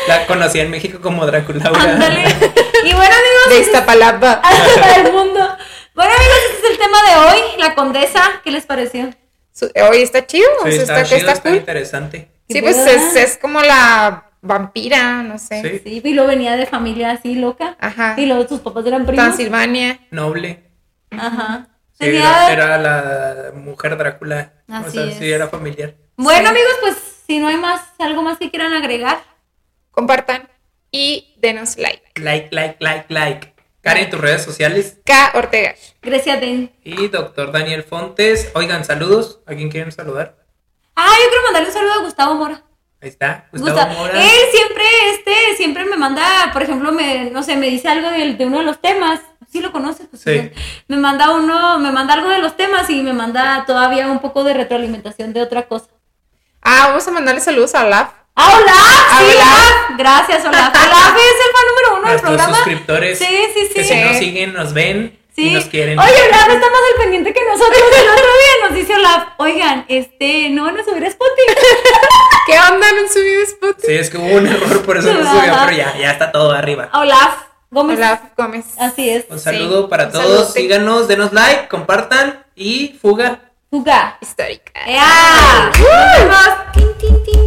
Speaker 2: La conocía en México como Draculaura.
Speaker 1: Ándale. Y bueno, amigos,
Speaker 3: de Iztapalapa.
Speaker 1: hasta el mundo. Bueno, amigos, este es el tema de hoy, la condesa. ¿Qué les pareció?
Speaker 3: Su- Oye, está chido. o
Speaker 1: pues,
Speaker 2: Sí,
Speaker 3: sea,
Speaker 2: está,
Speaker 3: está,
Speaker 2: chido,
Speaker 3: está
Speaker 2: está
Speaker 3: cool.
Speaker 2: interesante.
Speaker 3: Sí, pues es, es como la vampira, no sé.
Speaker 2: Sí.
Speaker 1: Sí, y lo venía de familia así loca.
Speaker 3: Ajá.
Speaker 1: Y luego sus papás eran primos.
Speaker 3: Transilvania.
Speaker 2: Noble.
Speaker 1: Ajá.
Speaker 2: Sí,
Speaker 1: Tenía-
Speaker 2: era, era la mujer Drácula.
Speaker 1: Así
Speaker 2: o sea,
Speaker 1: es.
Speaker 2: sí, era familiar.
Speaker 1: Bueno, amigos, pues si no hay más, algo más que quieran agregar.
Speaker 3: Compartan y denos like.
Speaker 2: Like, like, like, like. Karen, tus redes sociales.
Speaker 3: K. Ortega.
Speaker 1: Grecia Den.
Speaker 2: Y doctor Daniel Fontes. Oigan, saludos. ¿A quién quieren saludar?
Speaker 1: Ah, yo quiero mandarle un saludo a Gustavo Mora.
Speaker 2: Ahí está. Gustavo
Speaker 1: Gustavo.
Speaker 2: Mora.
Speaker 1: Él siempre, este, siempre me manda, por ejemplo, me, no sé, me dice algo del- de, uno de los temas. Sí lo conoces, pues,
Speaker 2: Sí.
Speaker 1: entonces, Me manda uno, me manda algo de los temas y me manda todavía un poco de retroalimentación de otra cosa.
Speaker 3: Ah, vamos a mandarle saludos a Olaf.
Speaker 1: ¡Ah, Olaf! ¡Sí,
Speaker 3: Olaf.
Speaker 1: Olaf! Gracias, Olaf. Olaf es el fan número uno del
Speaker 2: Nuestros
Speaker 1: programa.
Speaker 2: suscriptores.
Speaker 1: Sí, sí, sí.
Speaker 2: Que si nos siguen, nos ven
Speaker 1: Sí.
Speaker 2: y nos quieren.
Speaker 1: Oye, Olaf está más al pendiente que nosotros. El otro día nos dice Olaf, oigan, este, no van a subir a Spotify.
Speaker 3: ¿Qué onda? No han subido Spotify.
Speaker 2: Sí, es que hubo un error, por eso no subió,
Speaker 1: Ajá.
Speaker 2: pero ya, ya está todo arriba.
Speaker 1: Olaf Gómez.
Speaker 3: Olaf Gómez.
Speaker 1: Así es.
Speaker 2: Un saludo para
Speaker 3: un
Speaker 2: todos.
Speaker 3: saludote.
Speaker 2: Síganos, denos like, compartan y fuga.
Speaker 1: Fuga.
Speaker 3: Histórica.
Speaker 1: ¡Ea! Nos vemos. Tin, tin, tin.